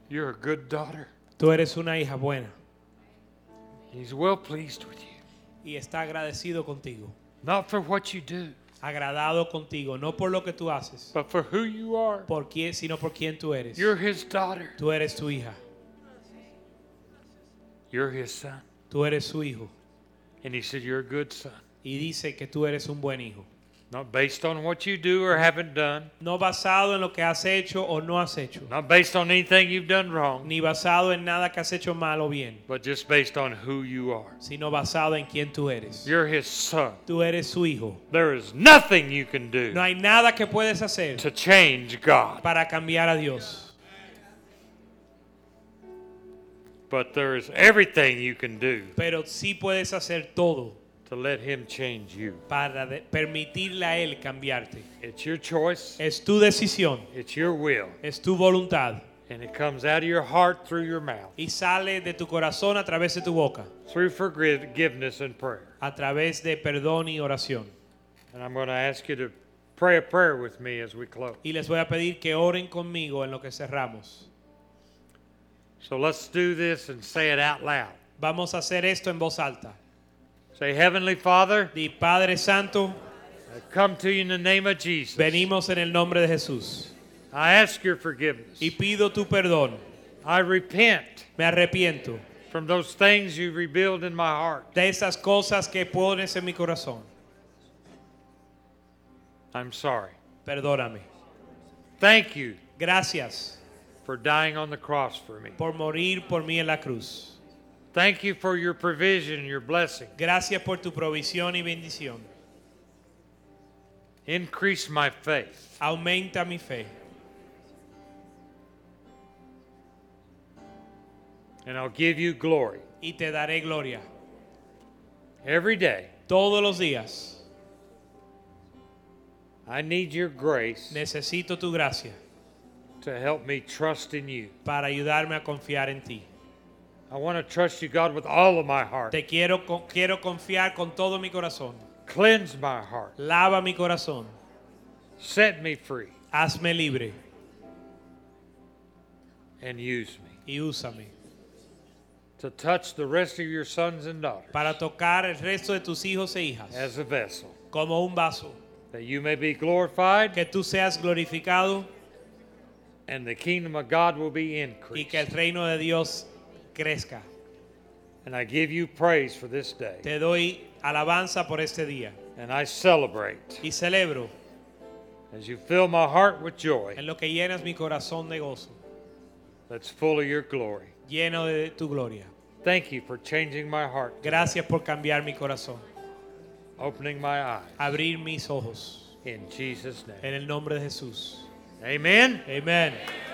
Speaker 2: you're a good daughter.
Speaker 3: Tú eres una hija buena
Speaker 2: He's well pleased with you.
Speaker 3: y está agradecido contigo.
Speaker 2: Not for what you do,
Speaker 3: Agradado contigo, no por lo que tú haces,
Speaker 2: but for who you are.
Speaker 3: por quién, sino por quién tú eres.
Speaker 2: You're His daughter.
Speaker 3: Tú eres tu hija,
Speaker 2: You're His son.
Speaker 3: tú eres su hijo.
Speaker 2: And He said, You're a good son.
Speaker 3: Y dice que tú eres un buen hijo.
Speaker 2: Not based on what you do or haven't done,
Speaker 3: No basado en lo que has hecho o no has hecho,
Speaker 2: not based on anything you've done wrong,
Speaker 3: ni basado en nada que has hecho mal o bien,
Speaker 2: but just based on who you are.
Speaker 3: sino basado en quién tú eres.
Speaker 2: You're His son.
Speaker 3: Tú eres su hijo.
Speaker 2: There is nothing you can
Speaker 3: No
Speaker 2: do
Speaker 3: hay nada que puedes hacer
Speaker 2: to change God,
Speaker 3: para cambiar a Dios,
Speaker 2: but there is everything you can do
Speaker 3: pero sí puedes hacer todo
Speaker 2: to let Him change you.
Speaker 3: para de- permitirle a Él cambiarte.
Speaker 2: It's your choice,
Speaker 3: Es tu decisión,
Speaker 2: it's your will,
Speaker 3: es tu voluntad
Speaker 2: and it comes out of your heart through your mouth,
Speaker 3: y sale de tu corazón a través de tu boca,
Speaker 2: through forgiveness and prayer.
Speaker 3: a través de perdón y oración.
Speaker 2: And I'm going to ask you to pray a prayer with me as we close.
Speaker 3: Y les voy a pedir que oren conmigo en lo que cerramos.
Speaker 2: So let's do this and say it out loud.
Speaker 3: Vamos a hacer esto en voz alta.
Speaker 2: Say, Heavenly Father,
Speaker 3: Di Padre Santo,
Speaker 2: I come to you in the name of Jesus.
Speaker 3: venimos en el nombre de Jesús
Speaker 2: I ask your forgiveness.
Speaker 3: y pido tu perdón.
Speaker 2: I repent
Speaker 3: Me arrepiento
Speaker 2: from those things you revealed in my heart.
Speaker 3: de esas cosas que pones en mi corazón.
Speaker 2: I'm sorry.
Speaker 3: Perdóname.
Speaker 2: Thank you
Speaker 3: Gracias
Speaker 2: for dying on the cross for me.
Speaker 3: por morir por mí en la cruz.
Speaker 2: Thank you for your provision and your blessing.
Speaker 3: Gracias por tu provisión y bendición.
Speaker 2: Increase my faith.
Speaker 3: Aumenta mi fe.
Speaker 2: And I'll give you glory
Speaker 3: y te daré gloria
Speaker 2: every day.
Speaker 3: todos los días.
Speaker 2: I need your grace
Speaker 3: Necesito tu gracia
Speaker 2: to help me trust in you.
Speaker 3: para ayudarme a confiar en ti.
Speaker 2: I want to trust you, God, with all of my heart.
Speaker 3: Te quiero co- quiero confiar con todo mi corazón.
Speaker 2: Cleanse my heart.
Speaker 3: Lava mi corazón.
Speaker 2: Set me free
Speaker 3: Hazme libre
Speaker 2: and use me
Speaker 3: y úsame
Speaker 2: to touch the rest of your sons and daughters
Speaker 3: para tocar el resto de tus hijos e hijas
Speaker 2: as a vessel,
Speaker 3: como un vaso.
Speaker 2: that you may be glorified
Speaker 3: Que tú seas glorificado
Speaker 2: and the kingdom of God will be
Speaker 3: y que el
Speaker 2: increased.
Speaker 3: reino de Dios crezca.
Speaker 2: And I give you praise for this day.
Speaker 3: Te doy alabanza por este día
Speaker 2: And I celebrate
Speaker 3: y celebro
Speaker 2: as you fill my heart with joy
Speaker 3: en lo que llenas mi corazón de gozo,
Speaker 2: that's full of your glory.
Speaker 3: lleno de tu gloria.
Speaker 2: Thank you for changing my heart,
Speaker 3: Gracias por cambiar mi corazón.
Speaker 2: opening my eyes.
Speaker 3: abrir mis ojos
Speaker 2: In Jesus' name.
Speaker 3: en el nombre de Jesús.
Speaker 2: Amen.
Speaker 3: Amén.